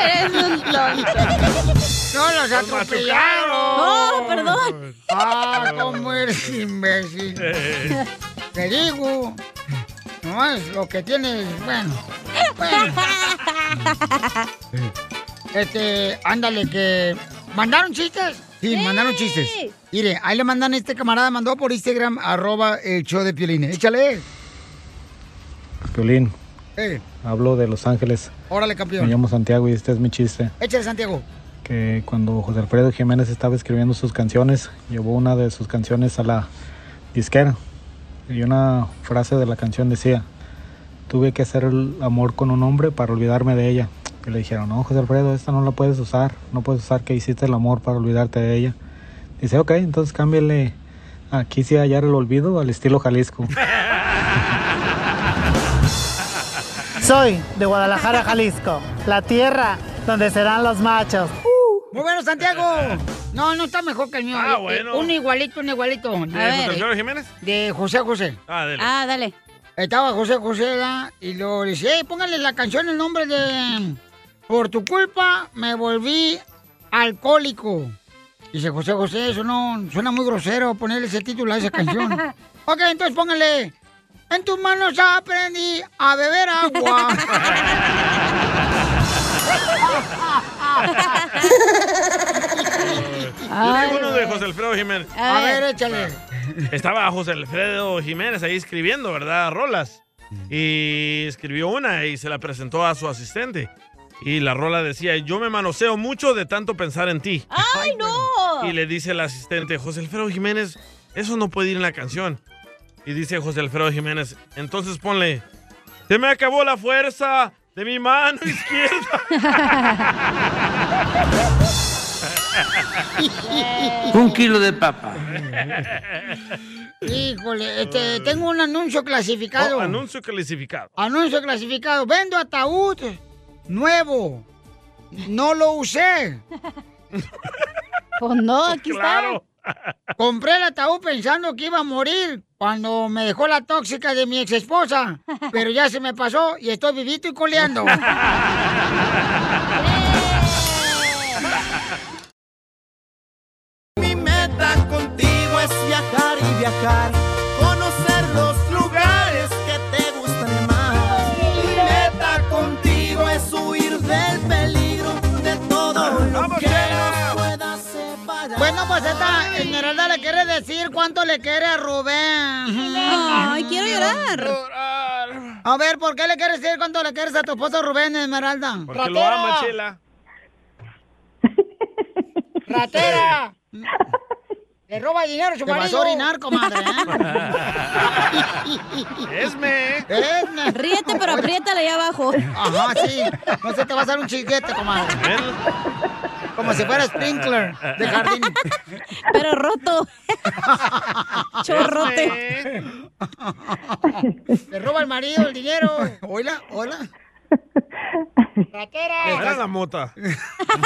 C: Eres un tonto. No, los atropellaron.
D: ¡Oh, perdón!
C: Ah, cómo eres imbécil. Te digo. No es lo que tienes. Bueno. bueno. Este, ándale, que. ¿Mandaron chistes?
D: Sí.
C: Sí, mandaron chistes. Mire, ahí le mandan este camarada, mandó por Instagram, arroba el show de Piolín. Échale.
A: Piolín,
C: Eh,
A: hablo de Los Ángeles.
C: órale,
A: Me
C: campeón.
A: llamo Santiago y este es mi chiste.
C: Échale, Santiago.
A: Que cuando José Alfredo Jiménez estaba escribiendo sus canciones, llevó una de sus canciones a la disquera. Y una frase de la canción decía, tuve que hacer el amor con un hombre para olvidarme de ella. Y le dijeron, no, José Alfredo, esta no la puedes usar. No puedes usar que hiciste el amor para olvidarte de ella. Dice, ok, entonces cámbiale aquí sí hallar el olvido al estilo Jalisco.
O: Soy de Guadalajara, Jalisco, la tierra donde serán los machos.
C: Muy bueno, Santiago. No, no está mejor que el mío.
E: Ah,
C: Eh,
E: bueno.
C: Un igualito, un igualito.
E: ¿De José Alfredo Jiménez?
C: De José José.
E: Ah, dele.
C: Ah, dale. Estaba José José ¿verdad? y luego le dice, "Ey, póngale la canción el nombre de Por tu culpa me volví alcohólico. Dice José José, eso no suena muy grosero ponerle ese título a esa canción. ok, entonces póngale. En tus manos aprendí a beber agua.
E: Yo tengo uno de José Alfredo Jiménez.
C: A ver, échale.
E: Estaba José Alfredo Jiménez ahí escribiendo, ¿verdad? Rolas. Y escribió una y se la presentó a su asistente. Y la rola decía, yo me manoseo mucho de tanto pensar en ti.
D: ¡Ay, no!
E: Y le dice el asistente, José Alfredo Jiménez, eso no puede ir en la canción. Y dice José Alfredo Jiménez, entonces ponle, se me acabó la fuerza de mi mano izquierda.
W: Un kilo de papa.
C: Híjole, este, tengo un anuncio clasificado.
E: Oh, anuncio clasificado.
C: Anuncio clasificado. Vendo ataúd nuevo. No lo usé.
D: Pues no, aquí
C: claro. Compré el ataúd pensando que iba a morir cuando me dejó la tóxica de mi ex esposa. Pero ya se me pasó y estoy vivito y coleando.
O: Mi meta contigo es viajar y viajar, conocer los lugares que te gustan más. Mi meta contigo es huir del peligro de todo lo que nos pueda separar.
C: Bueno, pues esta Esmeralda le quiere decir cuánto le quiere a Rubén. Ay, quiero llorar. A ver, ¿por qué le quieres decir cuánto le quieres a tu esposo Rubén, Esmeralda?
E: Porque lo ama, Chela.
C: ¡Ratera! Le roba dinero a su
B: Te vas
C: marido.
B: a
C: orinar, comadre. ¿eh?
E: Esme.
C: Esme.
D: Ríete, pero apriétale ahí abajo.
C: Eh, Ajá, sí. No se te va a hacer un chiquete, comadre. Como si fuera sprinkler de jardín.
D: Pero roto.
C: Chorrote. Te roba el marido el dinero. Hola, hola.
E: Le da la mota.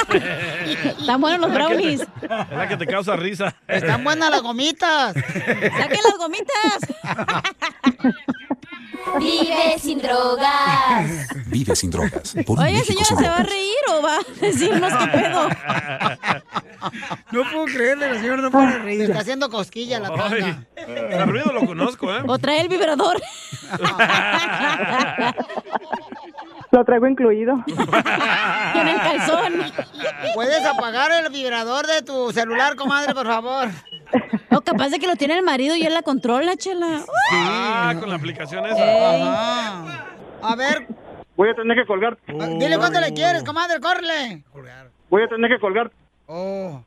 D: Están buenos los
E: Es la que te-
D: brownies.
E: Es la que te causa risa.
C: Están buenas las gomitas.
D: ¡Saquen las gomitas!
B: Vive sin drogas.
X: Vive sin drogas. Por un
D: Oye,
X: México
D: señora, ¿se va a
X: sin drogas.
D: reír o va a decirnos qué pedo?
C: No puedo creerle, la señora no puede reír. Está haciendo cosquilla la tanga.
E: eh, El ruido lo conozco, ¿eh?
D: O trae el vibrador.
O: Lo traigo incluido.
C: En el calzón. ¿Puedes apagar el vibrador de tu celular, comadre, por favor?
D: O capaz de que lo tiene el marido y él la controla, chela.
E: Ah, con la aplicación esa.
C: A ver,
Q: Voy a tener que colgar.
C: dile cuánto le quieres, comadre, córrele.
Q: Voy a tener que colgar.
C: Oh.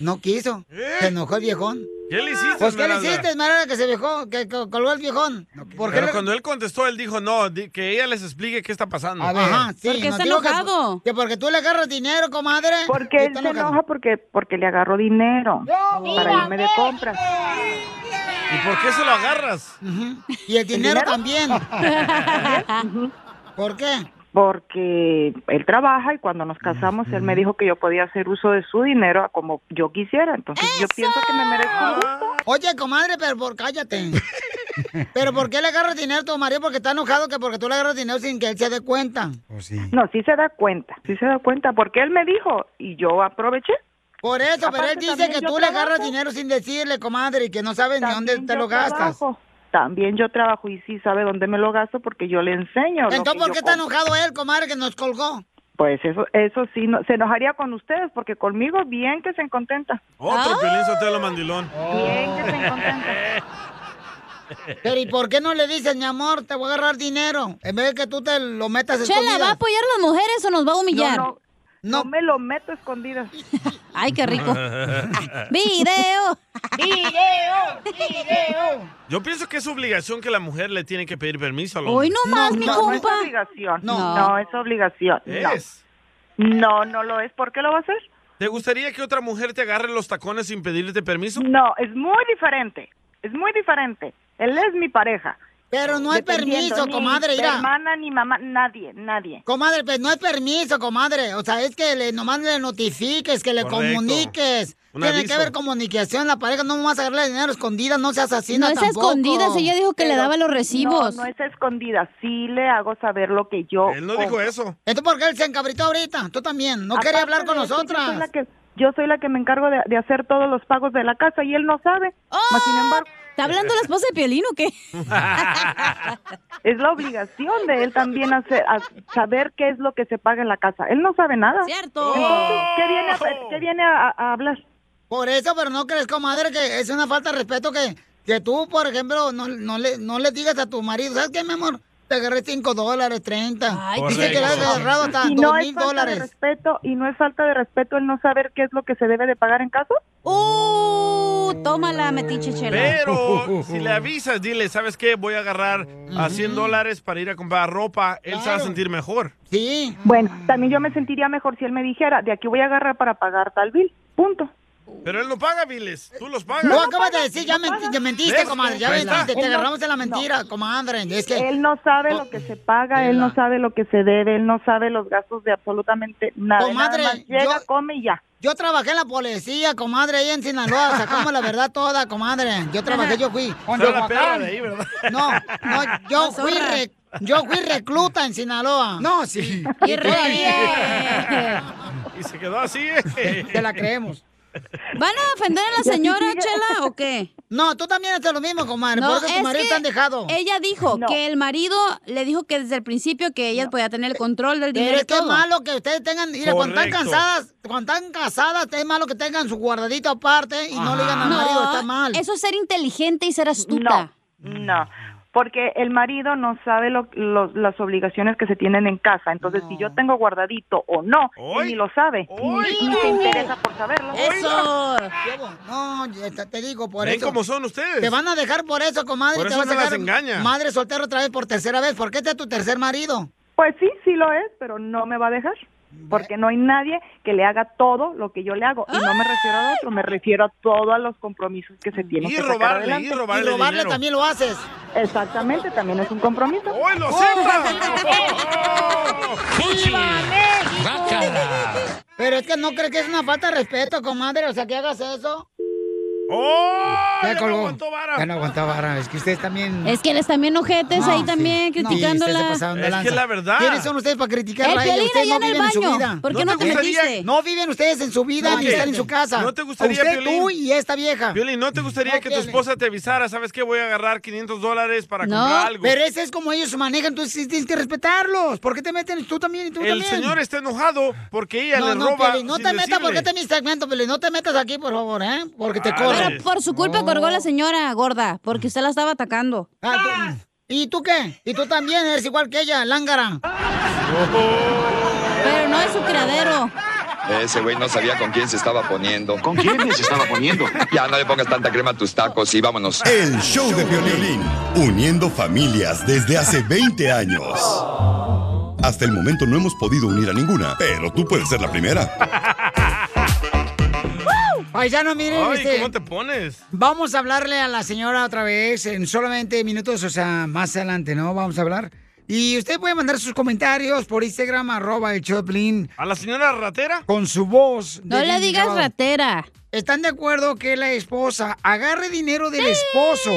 C: No quiso. Se enojó el viejón.
E: ¿Eh? ¿Qué le hiciste?
C: Pues, ¿qué le
E: Esmeralda?
C: hiciste, Esmeralda, que se viejó, que co- colgó el viejón? ¿Por qué
E: Pero
C: le-
E: cuando él contestó, él dijo, no, di- que ella les explique qué está pasando.
C: A ver, nos dijo que- Que, porque tú le agarras dinero, comadre.
O: Porque él
C: Oh,
O: se enoja porque, porque le agarró dinero para irme de compras.
E: ¿Y por qué se lo agarras?
C: Y el dinero, también. ¿Por qué?
H: Porque él trabaja y cuando nos casamos él me dijo que yo podía hacer uso de su dinero a como yo quisiera. Entonces yo pienso que me merezco un gusto.
C: Oye, comadre, pero por cállate. ¿Pero por qué le agarras dinero a tu marido? Porque está enojado que porque tú le agarras dinero sin que él se dé cuenta.
H: No, sí se da cuenta, sí se da cuenta porque él me dijo y yo aproveché.
C: Por eso, pero él
H: Aparte,
C: dice
H: también
C: que
H: yo
C: tú le agarras
H: trabajo.
C: dinero sin decirle, comadre, y que no sabes ni dónde te
H: yo
C: lo gastas.
H: trabajo. También yo trabajo y sí sabe dónde me lo gasto porque yo le enseño. lo que
C: Entonces, ¿por
H: yo
C: qué está
H: compro.
C: enojado él, comadre, que nos colgó?
H: Pues eso, eso sí, no- se enojaría con ustedes porque conmigo bien que se contenta. Ah.
E: Otro Piolín Sotelo mandilón.
C: Oh. Pero ¿y por qué no le dices, mi amor, te voy a agarrar dinero? En vez de que tú te lo metas en
D: Chela, ¿va a apoyar a las mujeres o nos va a humillar?
H: No, no, no me lo meto escondidas.
D: Ay, qué rico.
H: ¡Video! ¡Video!
C: ¡Video!
E: Yo pienso que es obligación que la mujer le tiene que pedir permiso al hombre.
H: Hoy No es obligación. No, no es obligación. no.
E: Es.
H: No, no lo es. ¿Por qué lo va a hacer?
E: ¿Te gustaría que otra mujer te agarre los tacones sin pedirte permiso?
H: No, es muy diferente. Es muy diferente. Él es mi pareja.
C: Pero no hay permiso, comadre,
H: Ni
C: mira.
H: hermana ni mamá, nadie, nadie.
C: Comadre, pues no es permiso, comadre. O sea, es que le, nomás le notifiques, que le
H: Correcto.
C: comuniques.
H: Un
C: Tiene
H: aviso.
C: que haber comunicación, la pareja. No vas a agarrarle dinero escondida, no seas asesina
D: No es
C: tampoco.
D: escondidas, ella dijo que le
H: Pero
D: daba los recibos.
H: No, no es escondida. Sí le hago saber lo que yo. compro.
C: Entonces, ¿por qué él se encabritó ahorita? Tú también. No quería
H: Aparte
C: hablar con
H: de eso, Yo soy, la
C: nosotras.
H: que, yo soy la que me encargo de, de hacer todos los pagos de la casa y él no sabe. Mas, sin embargo,
D: ¿Está hablando la esposa de Piolín o qué?
H: es la obligación de él también hacer, a- saber qué es lo que se paga en la casa. Él no sabe nada.
D: Cierto.
H: Ah, Entonces, ¿qué viene a, qué viene a- a hablar?
C: ¡Oh! Por eso, pero no crees, comadre, que es una falta de respeto que, que tú, por ejemplo, no, no, le, no le digas a tu marido, ¿sabes qué, mi amor? Te agarré 5 dólares, 30.
H: pues,
C: Dice que le has agarrado hasta
H: y
C: 2
H: no es
C: mil
H: falta
C: dólares.
H: De respeto, y no es falta de respeto el no saber qué es lo que se debe de pagar en casa.
D: Uh, tómala, metiche chela.
E: Pero si le avisas, dile, ¿sabes qué? Voy a agarrar a 100 dólares para ir a comprar ropa. Él se va a sentir mejor.
C: Sí.
H: Bueno, también yo me sentiría mejor si él me dijera, de aquí voy a agarrar para pagar tal bill. Punto.
E: Pero él no paga biles,
C: Eh,
E: tú los pagas.
C: No, acabas de decir, ya, menti- ya mentiste,
E: ¿Ves?
C: comadre, ya
E: Ahí está.
C: mentiste, te
H: Él no-
C: agarramos en la mentira, comadre. Es que
H: Él no sabe lo que se paga, él no sabe lo que se debe, él no sabe los gastos de absolutamente nada. Él nada
C: Comadre,
H: más llega,
C: yo-
H: come y ya.
C: Yo trabajé en la policía, comadre, ahí en Sinaloa, sacamos la verdad toda, comadre. Yo trabajé, yo fui.
E: Pero la
C: Yo-
E: perra de ahí, ¿verdad?
C: No, no, yo fui re- yo fui recluta en Sinaloa. No, sí.
E: Y re bien. Y se quedó así, ¿eh?
C: Te la creemos.
D: ¿Van a ofender a la señora, Chela, o qué?
C: No, tú también haces lo mismo, comadre.
D: No,
C: por eso tu
D: es
C: marido
D: que
C: está dejado.
D: Ella dijo que el marido le dijo que desde el principio que ella podía tener el control del dinero.
C: Pero es
D: y
C: que es
D: todo.
C: malo que ustedes tengan, mira, cuando están
D: Correcto.
C: cansadas, cuando están casadas, es malo que tengan su guardadito aparte y no le digan al
D: Ah. No,
C: marido, está mal.
D: Eso es ser inteligente y ser astuta.
H: No, porque el marido no sabe lo- lo- las obligaciones que se tienen en casa. Entonces, si yo tengo guardadito o no, él ni lo sabe. Ni- ni se interesa por saberlo.
C: Eso. No, ya te- te digo por
E: Ven
C: eso.
E: cómo son ustedes.
C: Te van a dejar por eso, comadre.
E: Por
C: y te
E: eso
C: vas a
E: no las
C: dejar
E: engaña.
C: Madre soltera otra vez por tercera vez. ¿Por qué este es tu tercer marido?
H: Pues sí, sí lo es, pero no me va a dejar. Porque no hay nadie que le haga todo lo que yo le hago. Y no me refiero a otro, me refiero a todos los compromisos que se tienen.
C: Y
H: que sacar
C: robarle,
H: adelante.
C: y robarle Y robarle dinero. también lo haces.
H: Exactamente, también es un compromiso.
E: ¡Hoy lo
C: Pero es que no crees que es una falta de respeto, comadre. O sea, que hagas eso.
E: ¡Oh!
C: Ya colgó. Ya no aguantó vara. Es que ustedes también.
D: Es que les también ojetes
C: No,
D: ahí también,
C: No,
D: criticándola.
C: ustedes se pasaron de
E: Es
C: lanza.
E: que la verdad.
C: ¿Quiénes son ustedes para criticarla?
D: Eh,
C: a ella?
D: Piolín,
C: ustedes
D: allá en
C: no
D: el
C: viven en su
D: baño.
C: vida.
D: ¿Por qué ¿No no te te gustaría- metiste?
C: No viven ustedes en su vida
E: No,
C: ni
E: ¿qué?
C: están en su casa.
E: ¿No te
C: A
E: gustaría,
C: usted,
E: Piolín?
C: tú y esta vieja.
E: Piolín, ¿no te gustaría que tu esposa te avisara? ¿Sabes qué? Voy a agarrar 500 dólares para comprar
C: No,
E: algo.
C: pero ese es como ellos se manejan, entonces sí tienes que respetarlos. ¿Por qué te meten tú también y tú
E: El
C: también?
E: señor está enojado porque ella le
C: no,
E: roba
C: Piolín, no
E: sin
C: te metas porque
E: decirle. Ah,
C: este es mi segmento, Piolín. No te metas aquí, por favor, ¿eh? Porque te
E: Vale.
C: corren.
E: Pero
D: Por su culpa
C: No.
D: colgó la señora gorda, porque usted la estaba atacando.
C: Ah, tú- ¿Y tú qué? ¿Y tú también eres igual que ella, lángara?
D: Pero no es su criadero.
K: Ese güey no sabía con quién se estaba poniendo. ¿Con quién se estaba poniendo? Ya no le pongas tanta crema a tus tacos y vámonos.
F: El show de violín, uniendo familias desde hace 20 años. Hasta el momento no hemos podido unir a ninguna, pero tú puedes ser la primera.
C: Para paisano, miren.
E: Ay,
C: este,
E: ¿cómo te pones?
C: Vamos a hablarle a la señora otra vez en solamente minutos, o sea, más adelante, ¿no? Vamos a hablar. Y usted puede mandar sus comentarios por Instagram, arroba el Choplin.
E: ¿A la señora ratera?
C: Con su voz.
D: No
C: de
D: le
C: Vicky
D: digas
C: Cavada.
D: ratera.
C: ¿Están de acuerdo que la esposa agarre dinero del
D: Sí.
C: esposo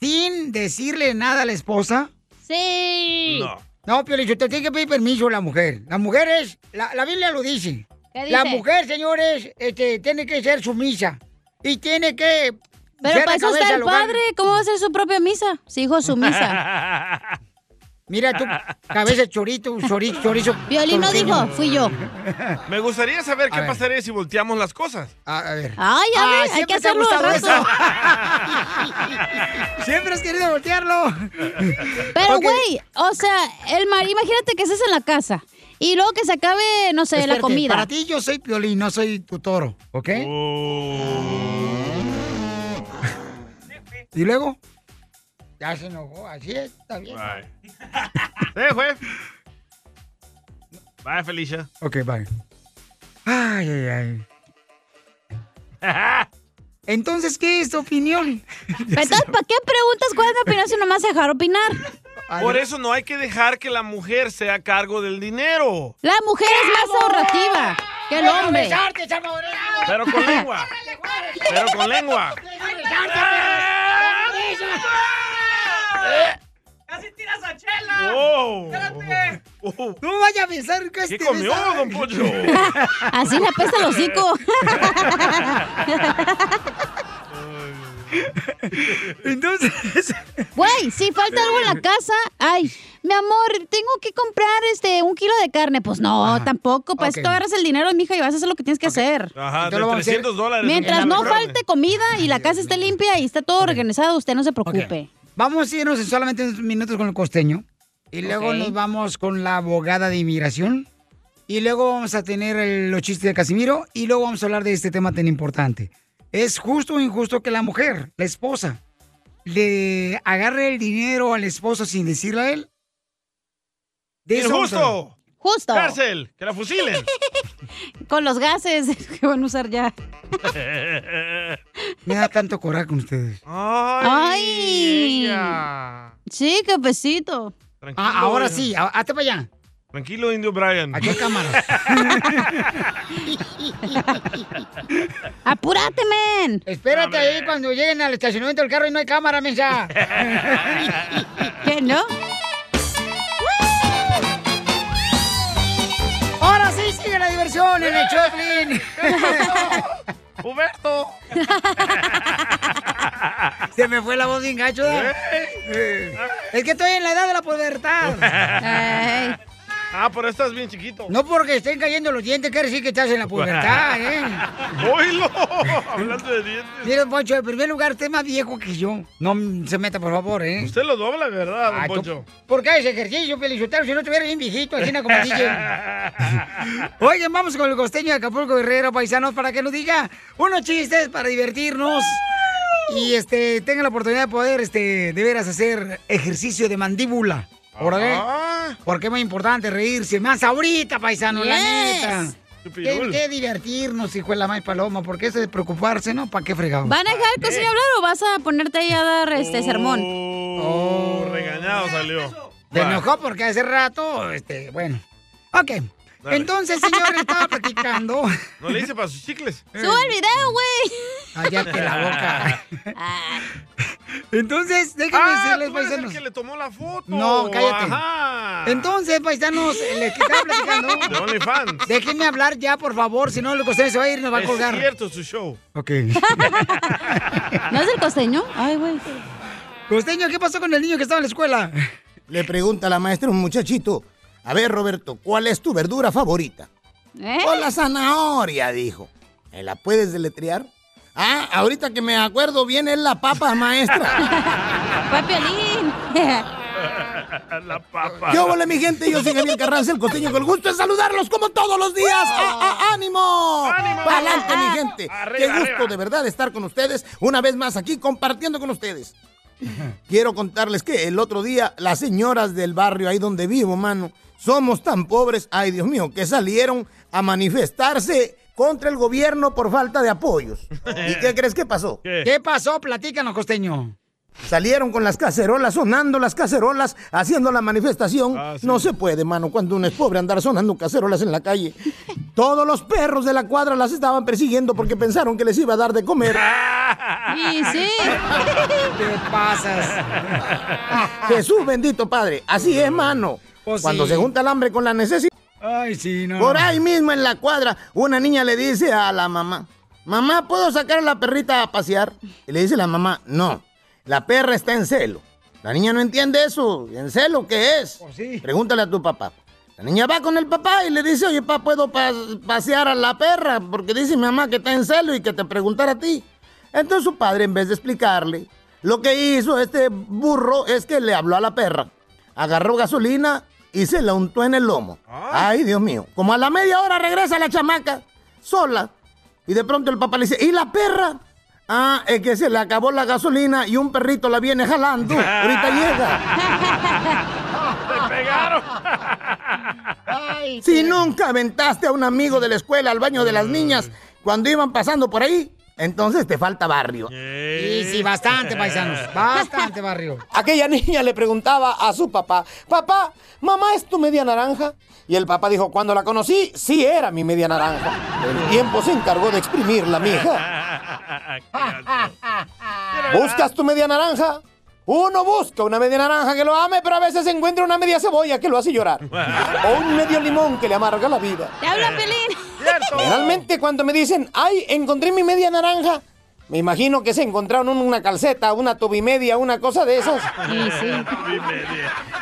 C: sin decirle nada a la esposa?
D: Sí.
C: No, Piolín, usted tiene que pedir permiso a la mujer. Las mujeres, la, la Biblia lo dice.
D: ¿Qué
C: La
D: dice?
C: mujer, señores, este, tiene que ser sumisa. Y tiene que.
D: Pero para eso está el padre. ¿Cómo va a hacer su propia misa? Si hijo su misa.
C: Mira tú, cabeza de chorito, chorizo, chorizo.
D: Violín no dijo, fui yo.
E: Me gustaría saber qué
C: ver.
E: pasaría si volteamos las cosas.
C: A, ver. Ah,
D: Ay, a ver, hay que hacerlo al rato.
C: Siempre has querido voltearlo.
D: Pero, güey, o sea, el marido, imagínate que estés en la casa y luego que se acabe, no sé, la
C: Espérate,
D: comida.
C: Para ti yo soy Piolín, no soy tu toro, ¿ok? ¿Y luego? Ya se enojó, así es, está bien.
E: Eh, juez. Bye, Felicia.
C: Ok, bye. Ay, ay, ay. Entonces, ¿qué es tu opinión?
D: Entonces, ¿para qué preguntas cuál es mi opinión si nomás se dejar opinar?
E: Por eso no hay que dejar que la mujer sea a cargo del dinero.
D: La mujer es más ahorrativa que el
C: Déjame
D: hombre.
C: besarte, salvadoreño.
E: Pero con lengua. Pero con lengua.
C: Déjame besarte, güey. Déjame besar.
O: ¡Casi tiras a Chela!
E: ¡Wow!
O: ¡Espérate!
C: No vaya a pensar que este
O: comió,
C: besa-
O: don Poncho?
D: Así le apesta el hocico.
C: Entonces.
D: Güey, si falta algo en la casa, ay, mi amor, tengo que comprar este un kilo de carne. Pues no, tampoco. Para
E: ok.
D: eso tú agarras el dinero, mija, y vas a hacer lo que tienes que hacer.
E: Ajá,
C: lo
E: de
C: vamos a hacer.
E: 300 dólares.
D: Mientras
E: un
D: no
E: kilo de carne.
D: falte comida y la casa esté limpia y está todo organizado, usted no se preocupe.
C: Vamos a irnos en solamente unos minutos con el costeño. Y luego
D: Ok.
C: nos vamos con la abogada de inmigración. Y luego vamos a tener el- los chistes de Casimiro. Y luego vamos a hablar de este tema tan importante. ¿Es justo o injusto que la mujer, la esposa, le agarre el dinero al esposo sin decirle a él? De eso vamos a hablar.
E: ¡Injusto!
D: Justo.
E: ¡Cárcel! ¡Que la fusilen!
D: Con los gases que van a usar ya.
C: Me da tanto coraje con ustedes.
D: Ay.
E: ella.
D: Sí, qué pesito.
C: Ah, ahora sí, a- hazte para allá.
E: Tranquilo, Indio Brian.
C: Aquí hay cámara.
D: ¡Apúrate, men!
C: Espérate ahí cuando lleguen al estacionamiento del carro y no hay cámara, mensa.
D: ¿Qué no?
C: Ahora sí sigue la diversión en el Choplin.
E: ¡Huberto!
C: Se me fue la voz bien gacho. ¿eh? Es que estoy en la edad de la pubertad.
E: Ah, pero estás bien chiquito.
C: No porque estén cayendo los dientes, quiere decir que estás en la pubertad, ¿eh?
E: ¡Oílo! Hablando de dientes.
C: Mira, Poncho, en primer lugar, usted es más viejo que yo. No mm, se meta, por favor, ¿eh?
E: Usted lo dobla, ¿verdad, don
C: Ah, tú-
E: Poncho?
C: ¿Por qué ese ejercicio, Pelizotero? Si no estuviera bien viejito, así como DJ. Oigan, vamos con el costeño de Acapulco Guerrero, paisanos, para que nos diga unos chistes para divertirnos. Y este, tenga la oportunidad de poder, este, de veras hacer ejercicio de mandíbula. ¿Por qué?
E: Ajá.
C: Porque es muy importante reírse. Más ahorita, paisano, la
D: Yes.
C: neta. Hay
D: Chupirul.
C: que divertirnos, hijo de la mal paloma, porque eso de preocuparse, ¿no? ¿Para qué fregamos?
D: ¿Van a dejar que sí hablar o vas a ponerte ahí a dar este sermón?
E: Oh, regañado salió.
C: Se
E: Va.
C: enojó porque hace rato, este, bueno. Ok. Entonces, señor, estaba platicando.
E: No le hice para sus chicles.
D: ¡Suba el video, güey!
C: Cállate la boca. Entonces, déjenme
E: Ah,
C: decirles,
E: tú eres el
C: paisanos.
E: que le tomó la foto.
C: No, cállate.
E: Ajá.
C: Entonces, paisanos, les que estaba platicando.
E: De OnlyFans.
C: Déjenme hablar ya, por favor, si no, el costeño se va a ir y nos va a colgar.
E: Es cierto, su show.
C: Ok.
D: ¿No es el costeño? Ay, güey.
C: Costeño, ¿qué pasó con el niño que estaba en la escuela?
M: Le pregunta la maestra a un muchachito. A ver, Roberto, ¿cuál es tu verdura favorita? O la zanahoria, dijo. ¿Me la puedes deletrear? Ah, ahorita que me acuerdo bien es la papa, maestra.
E: la papa.
M: Yo volé, mi gente, yo soy Javier Carranza, el costeño, con el gusto de saludarlos como todos los días. ¡Ah, ah, ánimo ¡Pa'lante, mi gente! ¡Qué gusto de verdad de estar con ustedes una vez más aquí compartiendo con ustedes! Quiero contarles que el otro día las señoras del barrio ahí donde vivo, mano, somos tan pobres, ay Dios mío, que salieron a manifestarse contra el gobierno por falta de apoyos. ¿Y qué crees que pasó?
C: ¿Qué pasó? Platícanos, costeño.
M: Salieron con las cacerolas, sonando las cacerolas, haciendo la manifestación.
C: Ah, sí.
M: No se puede, mano, cuando uno es pobre andar sonando cacerolas en la calle. Todos los perros de la cuadra las estaban persiguiendo porque pensaron que les iba a dar de comer.
D: Y sí.
C: Te pasas.
M: Jesús bendito Padre, así es, mano.
C: Pues sí.
M: Cuando se junta el hambre con la necesidad.
C: Ay, sí, no.
M: Por ahí mismo en la cuadra, una niña le dice a la mamá, mamá, ¿puedo sacar a la perrita a pasear? Y le dice la mamá, no, la perra está en celo. La niña no entiende eso, ¿en celo qué es? Pregúntale a tu papá. La niña va con el papá y le dice, oye, papá, ¿puedo pas- pasear a la perra? Porque dice mi mamá que está en celo y que te preguntara a ti. Entonces su padre, en vez de explicarle, lo que hizo este burro es que le habló a la perra. Agarró gasolina y se la untó en el lomo. Ay, Dios mío. Como a la media hora regresa la chamaca, sola. Y de pronto el papá le dice, ¿y la perra? Ah, es que se le acabó la gasolina y un perrito la viene jalando. Ahorita llega.
O: ¡Te pegaron!
M: Si nunca aventaste a un amigo de la escuela al baño de las niñas cuando iban pasando por ahí, entonces te falta barrio.
C: Y sí, bastante, paisanos. Bastante, barrio.
M: Aquella niña le preguntaba a su papá, papá, mamá es tu media naranja. Y el papá dijo, cuando la conocí, sí era mi media naranja. El tiempo se encargó de exprimirla, mija. ¿Buscas tu media naranja? Uno busca una media naranja que lo ame, pero a veces encuentra una media cebolla que lo hace llorar. O un medio limón que le amarga la vida.
D: ¡Te habla, Pelín!
M: Generalmente cuando me dicen, ay, encontré mi media naranja, me imagino que se encontraron un- una calceta, una tubimedia, una cosa de esas.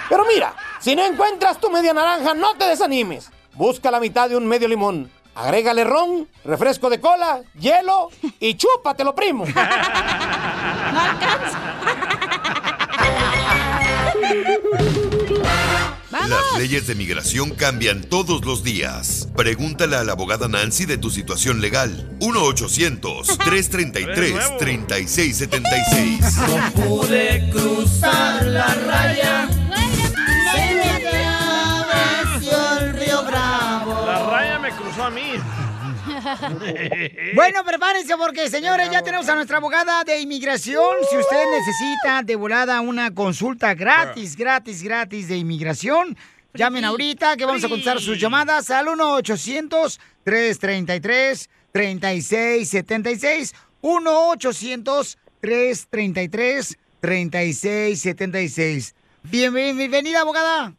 M: Pero mira, si no encuentras tu media naranja, no te desanimes. Busca la mitad de un medio limón. Agrégale ron, refresco de cola, hielo y chúpatelo, primo.
F: Las leyes de migración cambian todos los días. Pregúntale a la abogada Nancy de tu situación legal. 1-800-333-3676.
O: Pude cruzar la raya. Se me atravesió el río Bravo.
E: La raya me cruzó a mí.
C: Bueno, prepárense porque, señores, ya Uh. tenemos a nuestra abogada de inmigración. Si usted necesita de volada una consulta gratis, gratis, gratis de inmigración, llamen ahorita que vamos a contestar sus llamadas al 1-800-333-3676. 1-800-333-3676. Bien- bien- Bienvenida, abogada.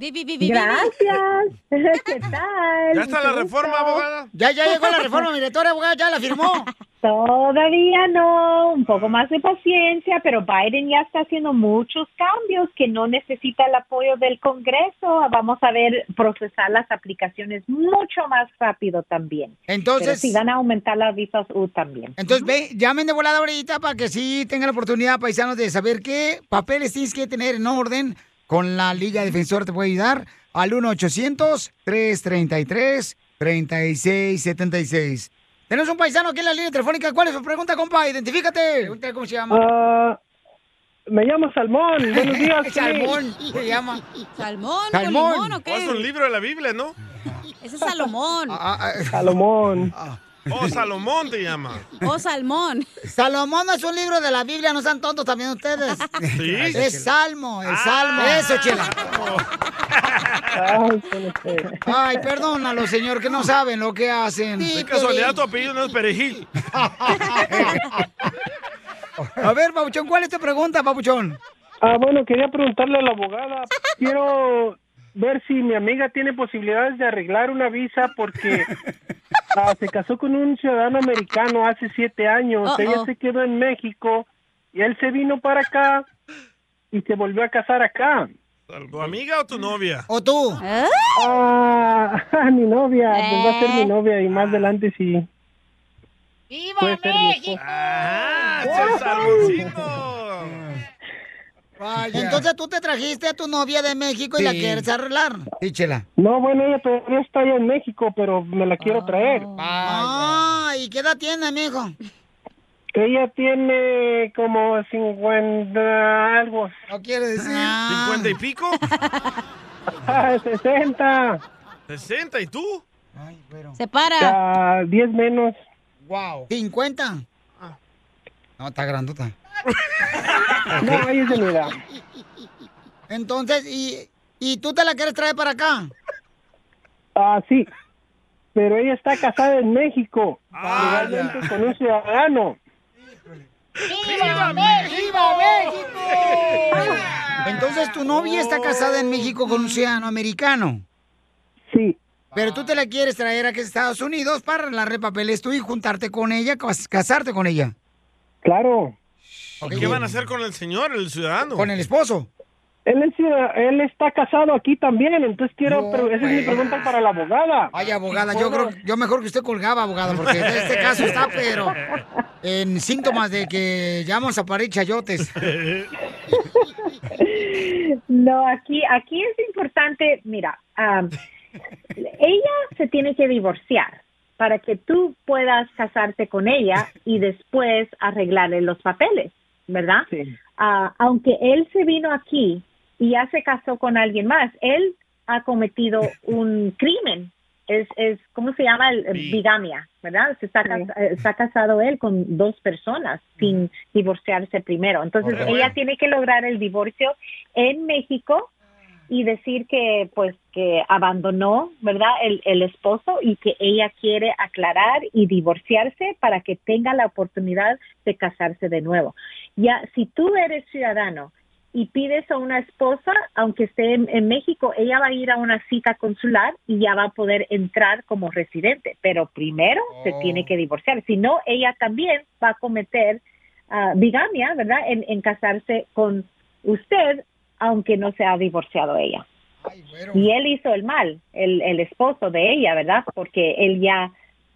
L: Gracias. ¿Qué tal?
E: ¿Ya está la reforma, abogada?
C: Ya, ya llegó la reforma migratoria, abogada, ya la firmó.
L: Todavía no, un poco más de paciencia, pero Biden ya está haciendo muchos cambios que no necesita el apoyo del Congreso. Vamos a ver procesar las aplicaciones mucho más rápido también.
C: Entonces-
L: Pero sí van a aumentar las visas U también.
C: Entonces, ve, llamen de volada ahorita para que sí tengan la oportunidad, paisanos, de saber qué papeles tienes que tener en orden con la Liga Defensora. Te puede ayudar al 1-800-333-3676. Tenemos un paisano aquí en la línea telefónica. ¿Cuál es su pregunta, compa? Identifícate. Pregúntale cómo se llama.
J: Ah, me llamo Salmón. Buenos días. Piolín.
C: Salmón. Se llama.
D: Salmón, con
J: Salmón.
D: limón, ¿o qué?
E: Oh, Es un libro de la Biblia, ¿no?
D: Ese es Salomón.
C: Ah,
J: Salomón.
E: Oh, Salomón te llama.
D: O Salmón.
C: Salomón no es un libro de la Biblia, no sean tontos también ustedes.
E: Sí.
C: Es Salmo, el Salmo.
E: Ah.
C: Eso, chela.
E: Oh,
J: Ay, con usted.
C: Ay, perdónalo, señor, que no saben lo que hacen.
E: De casualidad tu apellido no es Perejil.
C: A ver, Papuchón, ¿cuál es tu pregunta, Papuchón?
J: Ah, bueno, quería preguntarle a la abogada. Quiero ver si mi amiga tiene posibilidades de arreglar una visa porque ah, se casó con un ciudadano americano hace siete años.
L: Uh-oh.
J: Ella se quedó en México y él se vino para acá y se volvió a casar acá.
E: ¿Tu amiga o tu novia?
C: ¿O tú?
J: Ah, mi novia, pues va a
D: Eh.
J: ser mi novia y
D: Ah.
J: más adelante sí.
C: ¡Viva México! Entonces tú te trajiste a tu novia de México y la
J: Sí.
C: quieres arreglar. Díchela.
J: No, bueno, ella todavía está allá en México, pero me la
D: Oh.
J: quiero traer.
C: Ah, ¿y qué edad tiene, mijo?
J: Ella tiene como 50 algo.
C: No quiere decir.
E: ¿Cincuenta y pico?
J: Ah, 60.
E: ¿60 y tú?
D: Se para.
J: Ah, 10 menos.
C: Wow. 50. No, está grandota.
J: No, ahí es de mi edad.
C: Entonces, ¿y, ¿y tú te la quieres traer para acá?
J: Ah, sí. Pero ella está casada en México.
C: Ah,
J: legalmente con un ciudadano.
C: ¡Viva México! México! ¡Oh! Entonces, tu novia está casada en México con un ciudadano americano.
J: Sí.
C: Pero tú te la quieres traer aquí a Estados Unidos para arreglar papeles tú y juntarte con ella, cas- casarte con ella.
J: Claro.
E: ¿Qué van a hacer con el señor, el ciudadano?
C: Con el esposo.
J: Él, es ciudad- él está casado aquí también, entonces quiero... pero esa es mi pregunta para la abogada.
C: Ay, abogada, yo creo, yo mejor que usted colgaba, abogada, porque este caso está, pero en síntomas de que ya vamos a parir chayotes.
L: No, aquí, aquí es importante, mira, am, ella se tiene que divorciar para que tú puedas casarte con ella y después arreglarle los papeles, ¿verdad? Ah, aunque él se vino aquí y ya se casó con alguien más, él ha cometido un crimen. Es, es ¿cómo se llama? El-
N: Sí.
L: bigamia, ¿verdad? Se está, cas- eh, está casado él con dos personas sin divorciarse primero. Entonces,
N: Correcto.
L: ella tiene que lograr el divorcio en México y decir que pues que abandonó, ¿verdad? El, el esposo y que ella quiere aclarar y divorciarse para que tenga la oportunidad de casarse de nuevo. Ya si tú eres ciudadano y pides a una esposa, aunque esté en, en México, ella va a ir a una cita consular y ya va a poder entrar como residente, pero primero se tiene que divorciar, si no ella también va a cometer ah, bigamia, ¿verdad? En, en casarse con usted, aunque no se ha divorciado ella. Y él hizo el mal, el, el esposo de ella, ¿verdad? Porque él ya,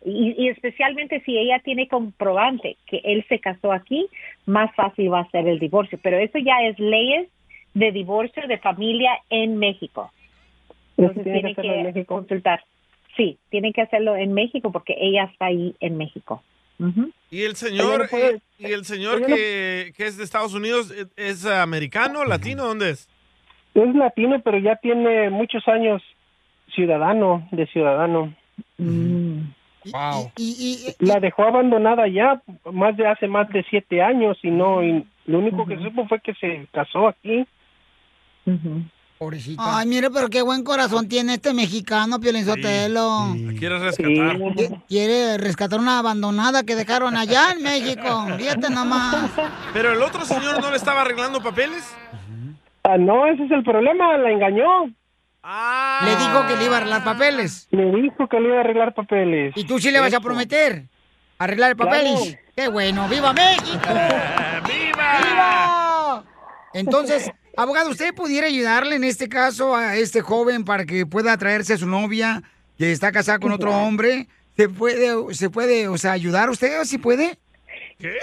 L: y, y especialmente si ella tiene comprobante que él se casó aquí, más fácil va a ser el divorcio. Pero eso ya es leyes de divorcio de familia en México.
J: Eso
L: Entonces
J: tiene que
L: tiene
J: hacerlo en
L: que,
J: México.
L: consultar. Sí, tiene que hacerlo en México porque ella está ahí en México.
E: ¿Y el señor, y, y el señor que, que es de Estados Unidos eh, es americano, latino? ¿Dónde es?
J: Es latino, pero ya tiene muchos años ciudadano, de ciudadano.
C: Mm. Wow.
J: La dejó abandonada ya más de hace más de siete años y no, y lo único que supo fue que se casó aquí.
C: Pobrecita. Ay, mire, pero qué buen corazón tiene este mexicano, Piolinzotelo.
E: ¿La quieres rescatar?
C: Quiere rescatar una abandonada que dejaron allá en México. Fíjate nomás.
E: ¿Pero el otro señor no le estaba arreglando papeles?
J: Ah, no, ese es el problema, la engañó.
C: Le dijo que le iba a arreglar papeles.
J: Me dijo que le iba a arreglar papeles.
C: ¿Y tú sí le vas a
J: Eso.
C: prometer? Arreglar papeles.
J: Claro.
C: Qué bueno. ¡Viva México!
E: ¡Viva!
C: ¡Viva! Entonces, abogado, ¿usted pudiera ayudarle en este caso a este joven para que pueda traerse a su novia que está casada con otro hombre? ¿Se puede, se puede, o sea, ayudar usted o si puede?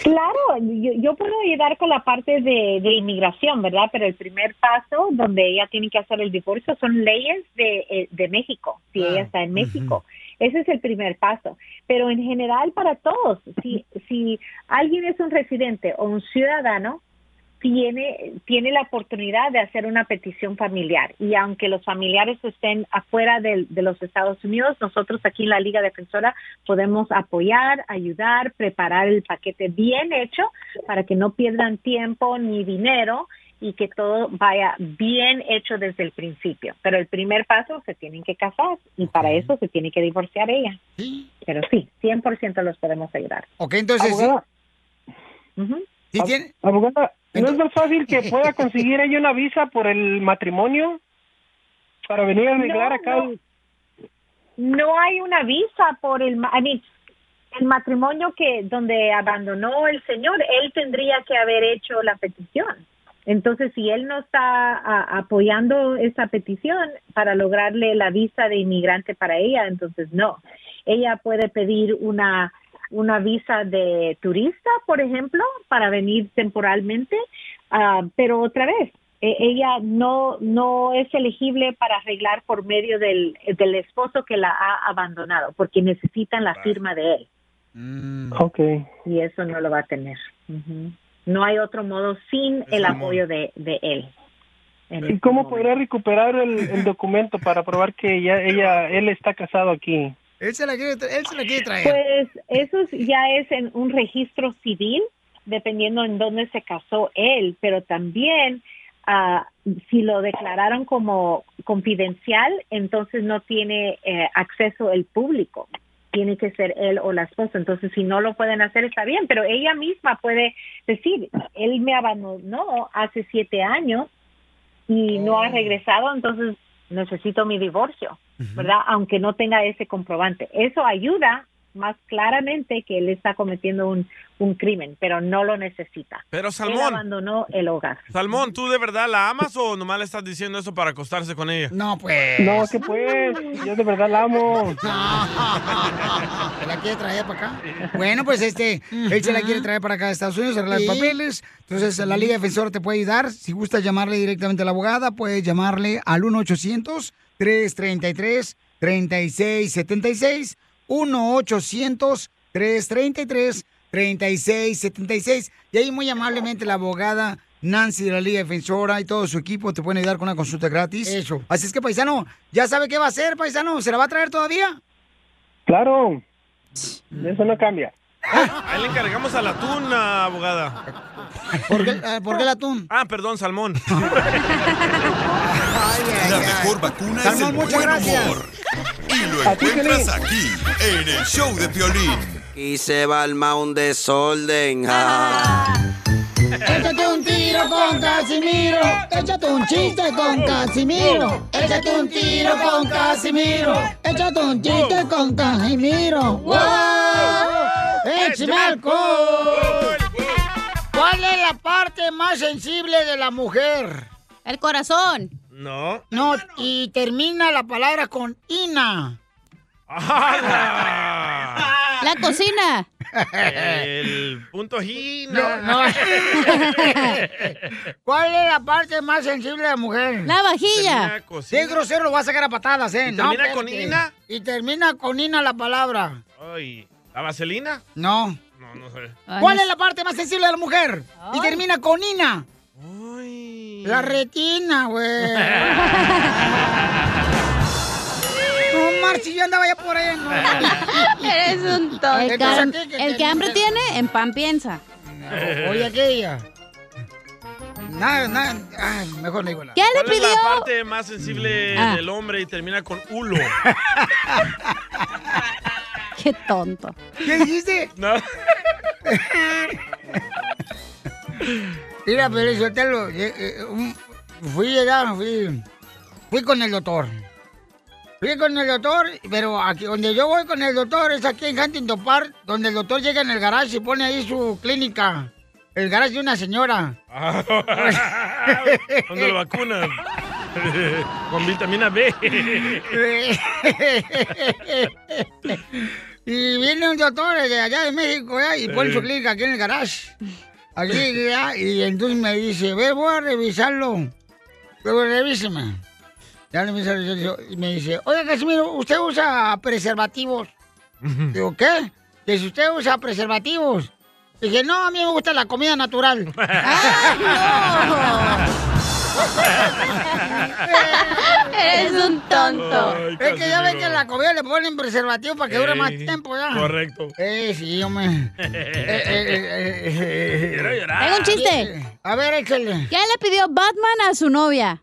L: Claro, yo, yo puedo ayudar con la parte de, de inmigración, ¿verdad? Pero el primer paso donde ella tiene que hacer el divorcio son leyes de, eh, de México, si ella está en México. Ese es el primer paso. Pero en general para todos, si, si alguien es un residente o un ciudadano, tiene, tiene la oportunidad de hacer una petición familiar. Y aunque los familiares estén afuera del- de, los Estados Unidos, nosotros aquí en la Liga Defensora podemos apoyar, ayudar, preparar el paquete bien hecho para que no pierdan tiempo ni dinero y que todo vaya bien hecho desde el principio. Pero el primer paso se tienen que casar y para eso se tiene que divorciar ella. Pero sí, 100% los podemos ayudar.
C: Ok, entonces... sí.
J: Abogada.
L: Ujú.
C: Ab-
J: Abogada, ¿no es más fácil que pueda conseguir ella una visa por el matrimonio? Para venir a arreglar
L: No,
J: acá.
L: no. no hay una visa por el, ma- I mean, el matrimonio que donde abandonó el señor, él tendría que haber hecho la petición. Entonces, si él no está a- apoyando esa petición para lograrle la visa de inmigrante para ella, entonces no. Ella puede pedir una una visa de turista, por ejemplo, para venir temporalmente, ah, pero otra vez, e- ella no, no es elegible para arreglar por medio del, del esposo que la ha abandonado, porque necesitan la firma de él
C: Mm.
J: Ok.
L: y eso no lo va a tener. Ujú. No hay otro modo sin el apoyo de, de él. en
J: ¿Y
L: este
J: cómo
L: momento.
J: podrá recuperar el, el documento para probar que ella, ella, él está casado aquí?
C: Él se la quiere, tra- él se la quiere traer.
L: Pues eso es- ya es en un registro civil, dependiendo en dónde se casó él, pero también ah, si lo declararon como confidencial, entonces no tiene eh, acceso el público. Tiene que ser él o la esposa. Entonces, si no lo pueden hacer, está bien, pero ella misma puede decir, él me abandonó hace siete años y no ha regresado, entonces necesito mi divorcio, ¿verdad? Aunque no tenga ese comprobante. Eso ayuda más claramente que él está cometiendo un, un crimen, pero no lo necesita.
E: Pero
L: Él
E: Salmón,
L: abandonó el hogar.
E: Salmón, ¿tú de verdad la amas o nomás le estás diciendo eso para acostarse con ella?
C: No, pues.
J: No, que pues, yo de verdad la amo.
C: Ah, ¿Se la quiere traer para acá? Bueno, pues este, él se la quiere traer para acá a Estados Unidos, arreglar
O: Sí.
C: papeles. Entonces, la Liga Defensora te puede ayudar. Si gusta llamarle directamente a la abogada, puedes llamarle al 1-800-333-3676. 1-800-333-3676. Y ahí muy amablemente la abogada Nancy de la Liga Defensora y todo su equipo te pueden ayudar con una consulta gratis. Eso. Así es que, paisano, ya sabe qué va a hacer, paisano. ¿Se la va a traer todavía?
J: Claro. Eso no cambia.
E: Ahí le encargamos al atún, ah, abogada.
C: ¿Por qué, eh, ¿Por qué el atún?
E: Ah, perdón, Salmón.
F: La mejor vacuna es
E: Salmón,
F: el
E: muchas
F: buen
E: gracias.
F: humor. Y lo
O: A ti,
F: encuentras
O: Piolín.
F: aquí, en el show de Piolín.
N: Y se va al un desorden.
O: Ah.
N: ja.
C: Échate un tiro con Casimiro. Échate un chiste con Casimiro. Échate un tiro con Casimiro. Échate un chiste con Casimiro. ¡Wow! ¡Échame alcohol! ¿Cuál es la parte más sensible de la mujer?
D: El corazón.
E: No.
C: No, y termina la palabra con ina.
D: La cocina.
E: El punto gina.
C: No, no. ¿Cuál es la parte más sensible de la mujer?
D: La vajilla.
C: Qué grosero lo va a sacar a patadas, ¿eh?
E: ¿Y termina
C: espérate.
E: con ina?
C: Y termina con ina la palabra.
E: Ay, ¿La vaselina?
C: No.
E: No, no sé.
C: ¿Cuál es la parte más sensible de la mujer? Y termina con ina. La retina, güey. No, Marci, yo andaba ya por ahí. ¿no?
D: Eres un tonto. El que,
C: Entonces, ¿qué- qué-
D: el que hambre tiene, en pan piensa.
C: Oye, aquella. Nada, nada. Ay, mejor no digo nada.
E: ¿Cuál es la parte más sensible
C: Ah.
E: del hombre y termina con hulo?
D: Qué tonto.
C: ¿Qué dijiste?
E: No.
C: Mira, pero yo te lo... eh, eh, un- fui, era, fui, fui con el doctor. Fui con el doctor, pero aquí donde yo voy con el doctor es aquí en Huntington Park, donde el doctor llega en el garage y pone ahí su clínica. El garage de una señora.
E: Cuando lo vacunan. Con vitamina B.
C: y viene un doctor de allá de México ¿ya? y pone su clínica aquí en el garage. Aquí, ¿ya? y entonces me dice, ve, voy a revisarlo. Luego revíseme. Ya le empiezo a revisar yo, y me dice, oiga Casimiro, ¿usted usa preservativos? Digo, ¿qué? Que si usted usa preservativos. Dije, no, a mí me gusta la comida natural.
D: Eres un tonto.
O: Ay,
C: es que ya
O: Casimiro.
C: ven que a la comida le ponen preservativo para que dure más tiempo ya.
O: correcto.
C: Eh, sí, hombre. eh,
O: Quiero llorar.
D: Tengo un chiste.
C: Ah, A ver, échale.
D: ¿Qué le pidió Batman a su novia?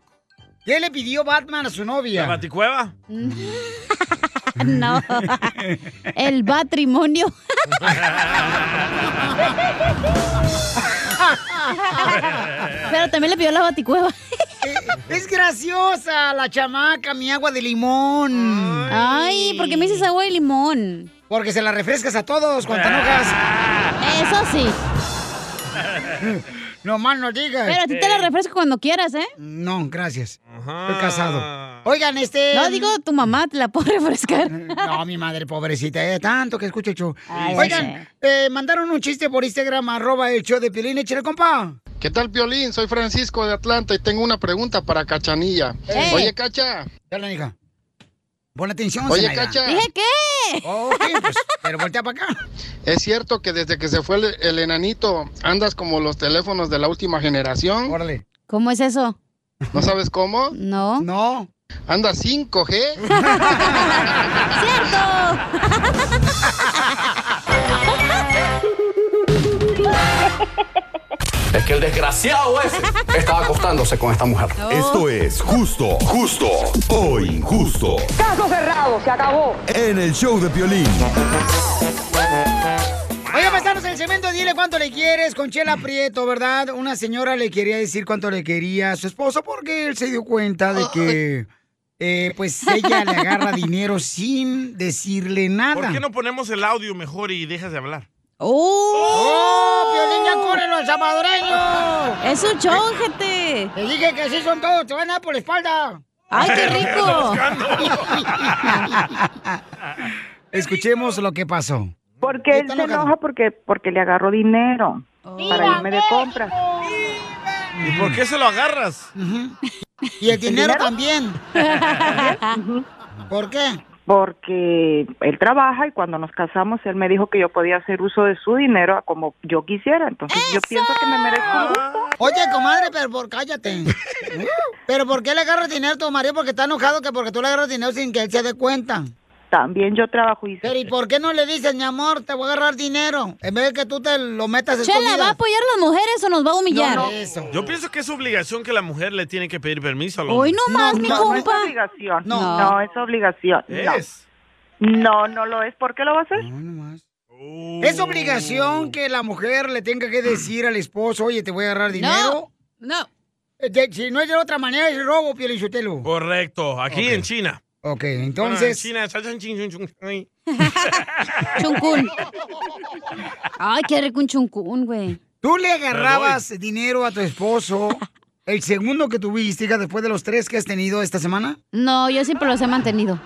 C: ¿Qué le pidió Batman a su novia?
E: ¿La baticueva?
D: No. El matrimonio. Pero también le pidió la baticueva.
C: Es graciosa la chamaca, mi agua de limón.
D: Ay, ¿por qué me dices agua de limón?
C: Porque se la refrescas a todos cuando
E: Ah.
C: te enojas.
D: Eso sí.
C: No más no digas.
D: Pero a ti te la refresco cuando quieras, ¿eh?
C: No, gracias. Estoy casado. Oigan, este.
D: No, digo, tu mamá te la puede refrescar.
C: No, mi madre, pobrecita, eh, tanto que escucho el show.
D: Ay,
C: Oigan, eh, mandaron un chiste por Instagram, arroba el show de Pilín, échale, compa.
P: ¿Qué tal, Piolín? Soy Francisco de Atlanta y tengo una pregunta para Cachanilla.
C: Eh.
P: Oye, Cacha.
C: Dale, hija. Pon atención,
P: Oye,
C: Zenaida.
P: Cacha.
D: qué?
C: Ok, pues, pero voltea para acá.
P: ¿Es cierto que desde que se fue el, el enanito andas como los teléfonos de la última generación?
C: Órale.
D: ¿Cómo es eso?
P: ¿No sabes cómo?
D: No.
C: No.
P: Anda 5G.
R: Es que el desgraciado ese estaba acostándose con esta mujer.
F: Esto es justo, justo o injusto.
I: Caso cerrado, se acabó.
F: En el show de Piolín.
C: Oiga, paisanos, el cemento, dile cuánto le quieres con Chela Prieto, ¿verdad? Una señora le quería decir cuánto le quería a su esposo porque él se dio cuenta de que, eh, pues, ella le agarra dinero sin decirle nada.
E: ¿Por qué no ponemos el audio mejor y dejas de hablar?
C: ¡Oh! ¡Oh, Piolín, ya córrelo al salvadoreño!
D: ¡Es un show, gente!
C: Te dije que así son todos, te van a dar por la espalda.
D: ¡Ay, qué rico!
C: Escuchemos lo que pasó.
H: Porque él se enoja porque, porque le agarró dinero para irme de compras.
E: ¿Y por qué se lo agarras?
C: Y el dinero también.
D: Ah.
C: ¿Por qué?
H: Porque él trabaja y cuando nos casamos él me dijo que yo podía hacer uso de su dinero a como yo quisiera. Entonces yo pienso que me merezco un gusto.
C: Oye, comadre, pero por, cállate. ¿Pero por qué le agarras dinero a tu marido? Porque está enojado que porque tú le agarras dinero sin que él se dé cuenta.
H: También yo trabajo y
C: Pero ¿y por qué no le dices, mi amor, te voy a agarrar dinero? En vez de que tú te lo metas en
D: Chela, ¿va a apoyar a las mujeres o nos va a humillar?
C: No, no. Eso.
E: Yo pienso que es obligación que la mujer le tiene que pedir permiso al
D: Hoy
E: hombre.
D: nomás, mi
H: No, no es
D: compa.
H: obligación.
D: No.
H: No, es obligación. No.
E: Es.
H: No, no lo es. ¿Por qué lo va a hacer?
C: ¿Es obligación que la mujer le tenga que decir al esposo, oye, te voy a agarrar dinero?
D: No.
C: si no es de otra manera, es robo, Pielichotelo.
E: Correcto, aquí en China.
C: Ok,
E: Bueno, en
C: entonces...
E: China, cha, chan, chin, chun, chun, ay.
D: Chuncún. Ay, qué rico un chuncún, güey.
C: Tú le agarrabas dinero a tu esposo el segundo que tuviste, hija, después de los tres que has tenido esta semana.
D: No, yo siempre los he mantenido.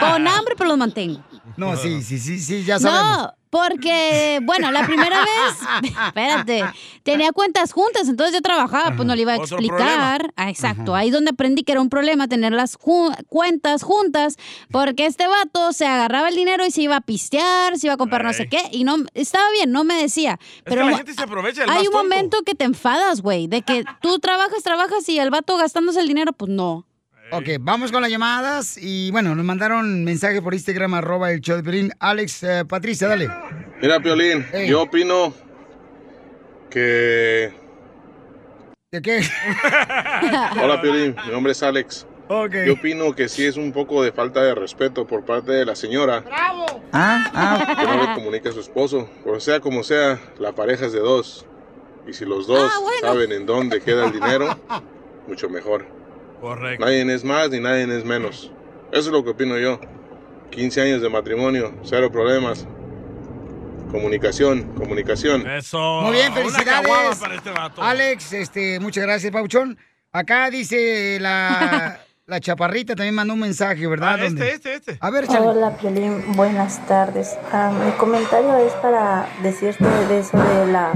D: Con hambre, pero los mantengo.
C: No, sí, sí, sí, sí, ya sabemos.
D: No, porque, bueno, la primera vez, espérate, tenía cuentas juntas, entonces yo trabajaba, pues no le iba a
B: Otro
D: explicar.
B: problema.
D: Ah, exacto, ahí es donde aprendí que era un problema tener las ju- cuentas juntas, porque este vato se agarraba el dinero y se iba a pistear, se iba a comprar no sé qué, y no, estaba bien, no me decía. Pero
E: es que
D: mo-
E: la gente se aprovecha del
D: hay
E: más
D: un
E: tonto.
D: momento que te enfadas, güey, de que tú trabajas, trabajas y el vato gastándose el dinero, pues no.
C: Ok, vamos con las llamadas y bueno, nos mandaron mensaje por Instagram arroba el show de Piolín. Alex, eh, Patricia, dale.
W: Mira, Piolín,
C: Ey.
W: yo opino que...
C: ¿De qué?
W: Hola, Piolín, mi nombre es Alex.
C: Ok.
W: Yo opino que sí es un poco de falta de respeto por parte de la señora
C: Ah,
W: que no le comunica a su esposo. O sea, como sea, la pareja es de dos. Y si los dos
C: Ah,
W: saben en dónde queda el dinero, mucho mejor.
E: Correcto.
W: Nadie es más ni nadie es menos. Eso es lo que opino yo. 15 años de matrimonio, cero problemas. Comunicación, comunicación.
E: Eso.
C: Muy bien,
E: Ah, Una caguama
C: felicidades.
E: para este vato.
C: Alex, este, muchas gracias, Pauchón. Acá dice la, la chaparrita, también mandó un mensaje, ¿verdad? ¿Dónde?
E: este.
C: A ver, échale.
X: Hola, Piolín, buenas tardes. Ah, mi comentario es para decirte de eso de la.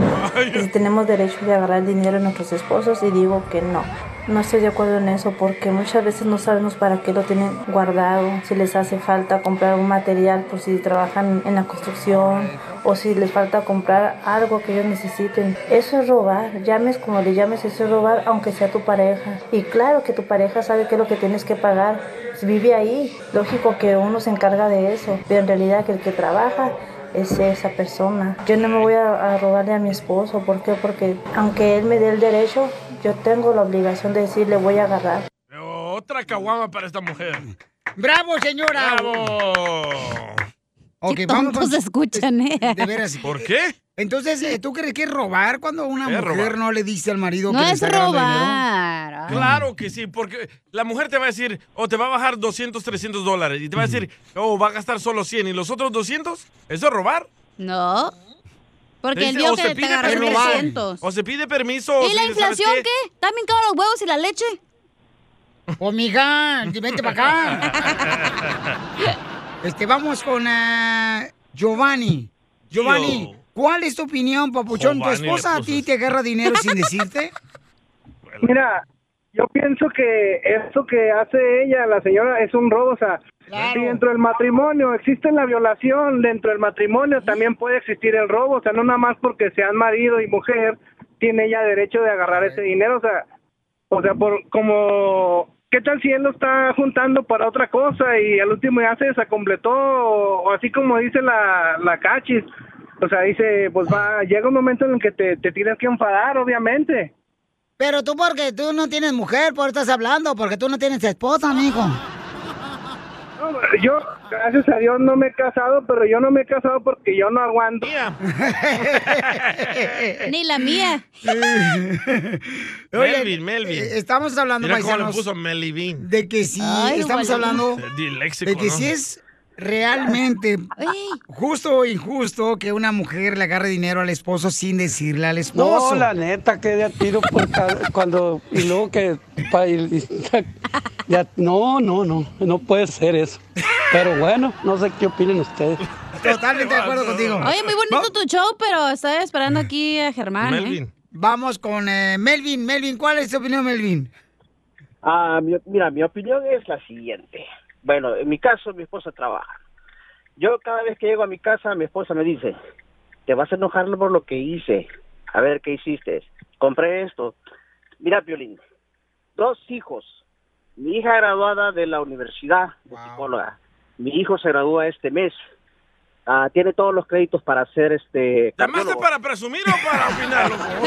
X: que si tenemos derecho de agarrar dinero de nuestros esposos, y digo que no. No estoy de acuerdo en eso porque muchas veces no sabemos para qué lo tienen guardado, si les hace falta comprar un material por si trabajan en la construcción o si les falta comprar algo que ellos necesiten. Eso es robar, llames como le llames, eso es robar aunque sea tu pareja. Y claro que tu pareja sabe qué es lo que tienes que pagar, si vive ahí, lógico que uno se encarga de eso, pero en realidad que el que trabaja es esa persona. Yo no me voy a, a robarle a mi esposo, ¿por qué? Porque aunque él me dé el derecho, yo tengo la obligación de decirle voy a agarrar.
E: Otra caguama para esta mujer.
C: ¡Bravo, señora!
E: ¡Bravo!
C: Ok,
D: Qué
C: vamos
D: tontos
C: con-
D: escuchan, ¿eh?
C: De veras.
E: ¿Por qué?
C: Entonces, eh, ¿tú crees que es robar cuando una
E: Es
C: mujer
E: robar.
C: no le dice al marido
D: No
C: que le
D: es
C: está agarrando dinero?
D: robar.
C: Ah.
E: Claro que sí, porque la mujer te va a decir, o te va a bajar 200, 300 dólares, y te va a decir, oh, va a gastar solo 100, y los otros 200, ¿eso es robar?
D: No. Porque él
E: Dice,
D: vio
E: o
D: que
E: se
D: te
E: pide
D: agarraron
E: permiso.
D: 300.
E: O se pide permiso. o
D: ¿Y la
E: si- ¿sabes
D: inflación qué? ¿Está bien caro los huevos y la leche?
C: Pues, mija, vente para acá. Este, vamos con ah, Giovanni. Giovanni, ¿cuál es tu opinión, papuchón? ¿Tu
X: Giovanni le
C: esposa a ti te agarra dinero sin decirte?
J: Mira, yo pienso que eso que hace ella, la señora, es un robo. O sea, si dentro del matrimonio existe la violación, dentro del matrimonio también puede existir el robo. O sea, no nada más porque sean marido y mujer, tiene ella derecho de agarrar ese dinero. O sea,
Q: O sea, por como, ¿qué tal si él lo está juntando para otra cosa y al último ya se desacompletó? O, o así como dice la, la cachis. O sea, dice, pues va, llega un momento en el que te, te tienes que enfadar, obviamente.
C: Pero tú porque tú no tienes mujer, por eso estás hablando, porque tú no tienes esposa, mijo.
Q: No, yo, gracias a Dios, no me he casado, pero yo no me he casado porque yo no aguanto.
D: Ni la mía.
C: Oye,
E: Melvin, Melvin.
C: eh, estamos hablando,
E: Mira cómo le
C: paisanos.
E: puso Melvin.
C: De que sí,
E: Ay,
C: estamos
E: igualito.
C: hablando
E: Disléxico,
C: de que
E: ¿no?
C: si es realmente justo o injusto que una mujer le agarre dinero al esposo sin decirle al esposo.
O: No, la neta, que de a tiro por cada- cuando. Y luego que. pa- y- ya- no, no, no. No puede ser eso. Pero bueno, no sé qué opinen ustedes.
C: Totalmente de acuerdo contigo.
D: Oye, muy bonito tu show, pero estaba esperando aquí a Germán. ¿eh?
C: Vamos con eh, Melvin. Melvin, ¿cuál es tu opinión, Melvin?
Y: Ah, mi- mira, mi opinión es la siguiente. Bueno, en mi caso, mi esposa trabaja. Yo cada vez que llego a mi casa, mi esposa me dice, te vas a enojar por lo que hice. A ver, ¿qué hiciste? Compré esto. Mira, Piolín, dos hijos. Mi hija graduada de la universidad de psicóloga. Mi hijo se gradúa este mes. Ah, tiene todos los créditos para hacer este...
E: ¿Llamaste
Y: cardiólogo.
E: para presumir o para opinar, loco?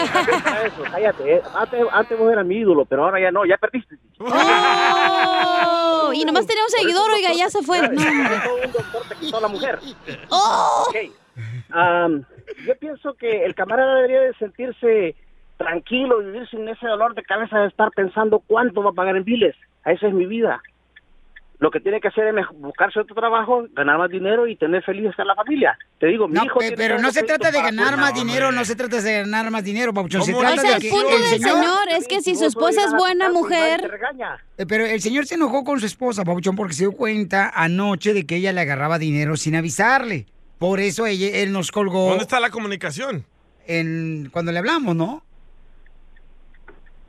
Y: Eso, cállate. eh. Antes, antes vos eras mi ídolo, pero ahora ya no, ya perdiste.
D: Oh, y nomás tenía un seguidor, oiga, ya se fue. No, hombre. Oh.
Y: quitó la mujer.
Z: ¡Oh!
Y: Ok. Am, yo pienso que el camarada debería de sentirse tranquilo y vivir sin ese dolor de cabeza de estar pensando cuánto va a pagar en biles. Esa es mi vida. Lo que tiene que hacer es mej- buscarse otro trabajo, ganar más dinero y tener feliz a la familia. Te digo, mi
C: No,
Y: hijo...
C: pe-
Y: tiene
C: pero
Y: todos
C: no
Y: los
C: se trata de
Y: créditos para- pues,
C: ganar más
Y: No,
C: dinero, no se trata de ganar más dinero, Pauchón. Se
Y: ¿Cómo
C: trata
Y: es
C: de
Y: el
C: que
Y: punto
C: el
Y: del
D: Señor, es que si su esposa es buena mujer...
C: Eh, Pero el señor se enojó con su esposa, Pauchón, porque se dio cuenta anoche de que ella le agarraba dinero sin avisarle. Por eso ella- él nos colgó.
E: ¿Dónde está la comunicación?
C: En, cuando le hablamos, ¿no?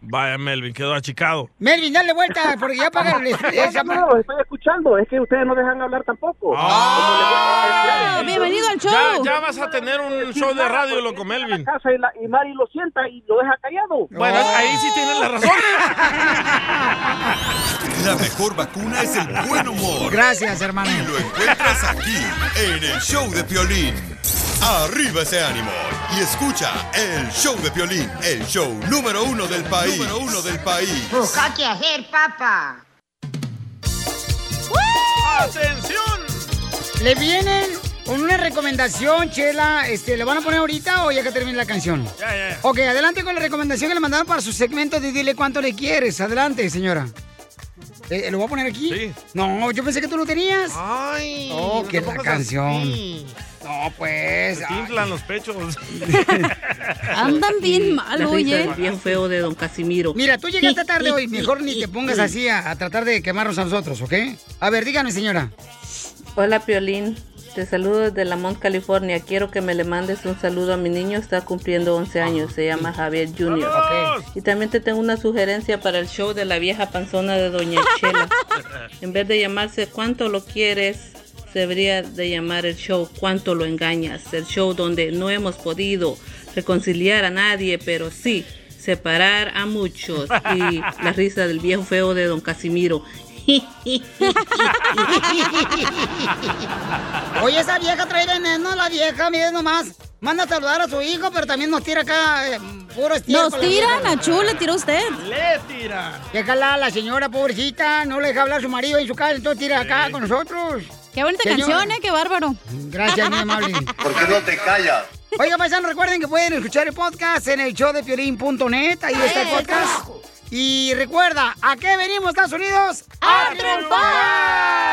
E: Vaya, Melvin, quedó achicado.
C: Melvin, dale vuelta, porque ya paga el...
Y: No, no, los estoy escuchando, es que ustedes no dejan hablar tampoco.
D: Ah, ¡Oh! bienvenido al show.
E: Ya, ya vas a tener un show de radio, loco, Melvin.
Y: casa y, pues, la- y Mari lo sienta y lo deja callado.
E: Bueno,
C: Oh.
E: ahí sí tienes la razón.
F: La mejor vacuna es el buen humor.
C: Gracias, hermano.
F: Y lo encuentras aquí, en el show de Piolín. Arriba ese ánimo y escucha el show de Piolín, el show número uno del país. Número uno del país.
Z: qué hacer, papá.
E: ¡Atención!
C: Le vienen con una recomendación, Chela. Este, ¿Le van a poner ahorita o ya que termine la canción?
E: Ya, ya, ya.
C: Ok, adelante con la recomendación que le mandaron para su segmento de Dile cuánto le quieres. Adelante, señora. Eh, ¿Lo voy a poner aquí? Sí. No, yo pensé que tú lo tenías.
E: Ay.
C: Oh,
E: no
C: qué
E: te
C: la
E: pongas
C: canción.
E: así.
C: No, pues.
E: Se te inflan los pechos.
D: Andan bien mal,
U: La
D: oye.
U: risa es bien feo de don Casimiro.
C: Mira, tú llegaste tarde hoy. Mejor ni te pongas así a, a tratar de quemarnos a nosotros, ¿ok? A ver, dígame, señora.
U: Hola, Piolín. Te saludo desde La Mont, California. Quiero que me le mandes un saludo a mi niño. Está cumpliendo 11 años. Se llama Javier Jr. ¡Vamos! Y también te tengo una sugerencia para el show de la vieja panzona de Doña Chela. En vez de llamarse ¿Cuánto lo quieres? Se debería de llamar el show ¿Cuánto lo engañas? El show donde no hemos podido reconciliar a nadie, pero sí separar a muchos. Y la risa del viejo feo de Don Casimiro.
C: Oye, esa vieja trae veneno, la vieja, miren nomás. Manda a saludar a su hijo, pero también nos tira acá eh, puro estilo.
D: Nos tiran, a Chu le tiró usted.
E: Le tira.
C: Déjala a la señora, pobrecita, no le deja hablar a su marido en su casa, entonces tira acá con nosotros.
D: Qué bonita canción, ¿eh? Qué bárbaro.
C: Gracias, mi amable.
K: ¿Por qué no te callas?
C: Oiga, paisano, recuerden que pueden escuchar el podcast en el show de ahí está el podcast. Y recuerda, ¿a qué venimos, Estados Unidos? ¡A triunfar!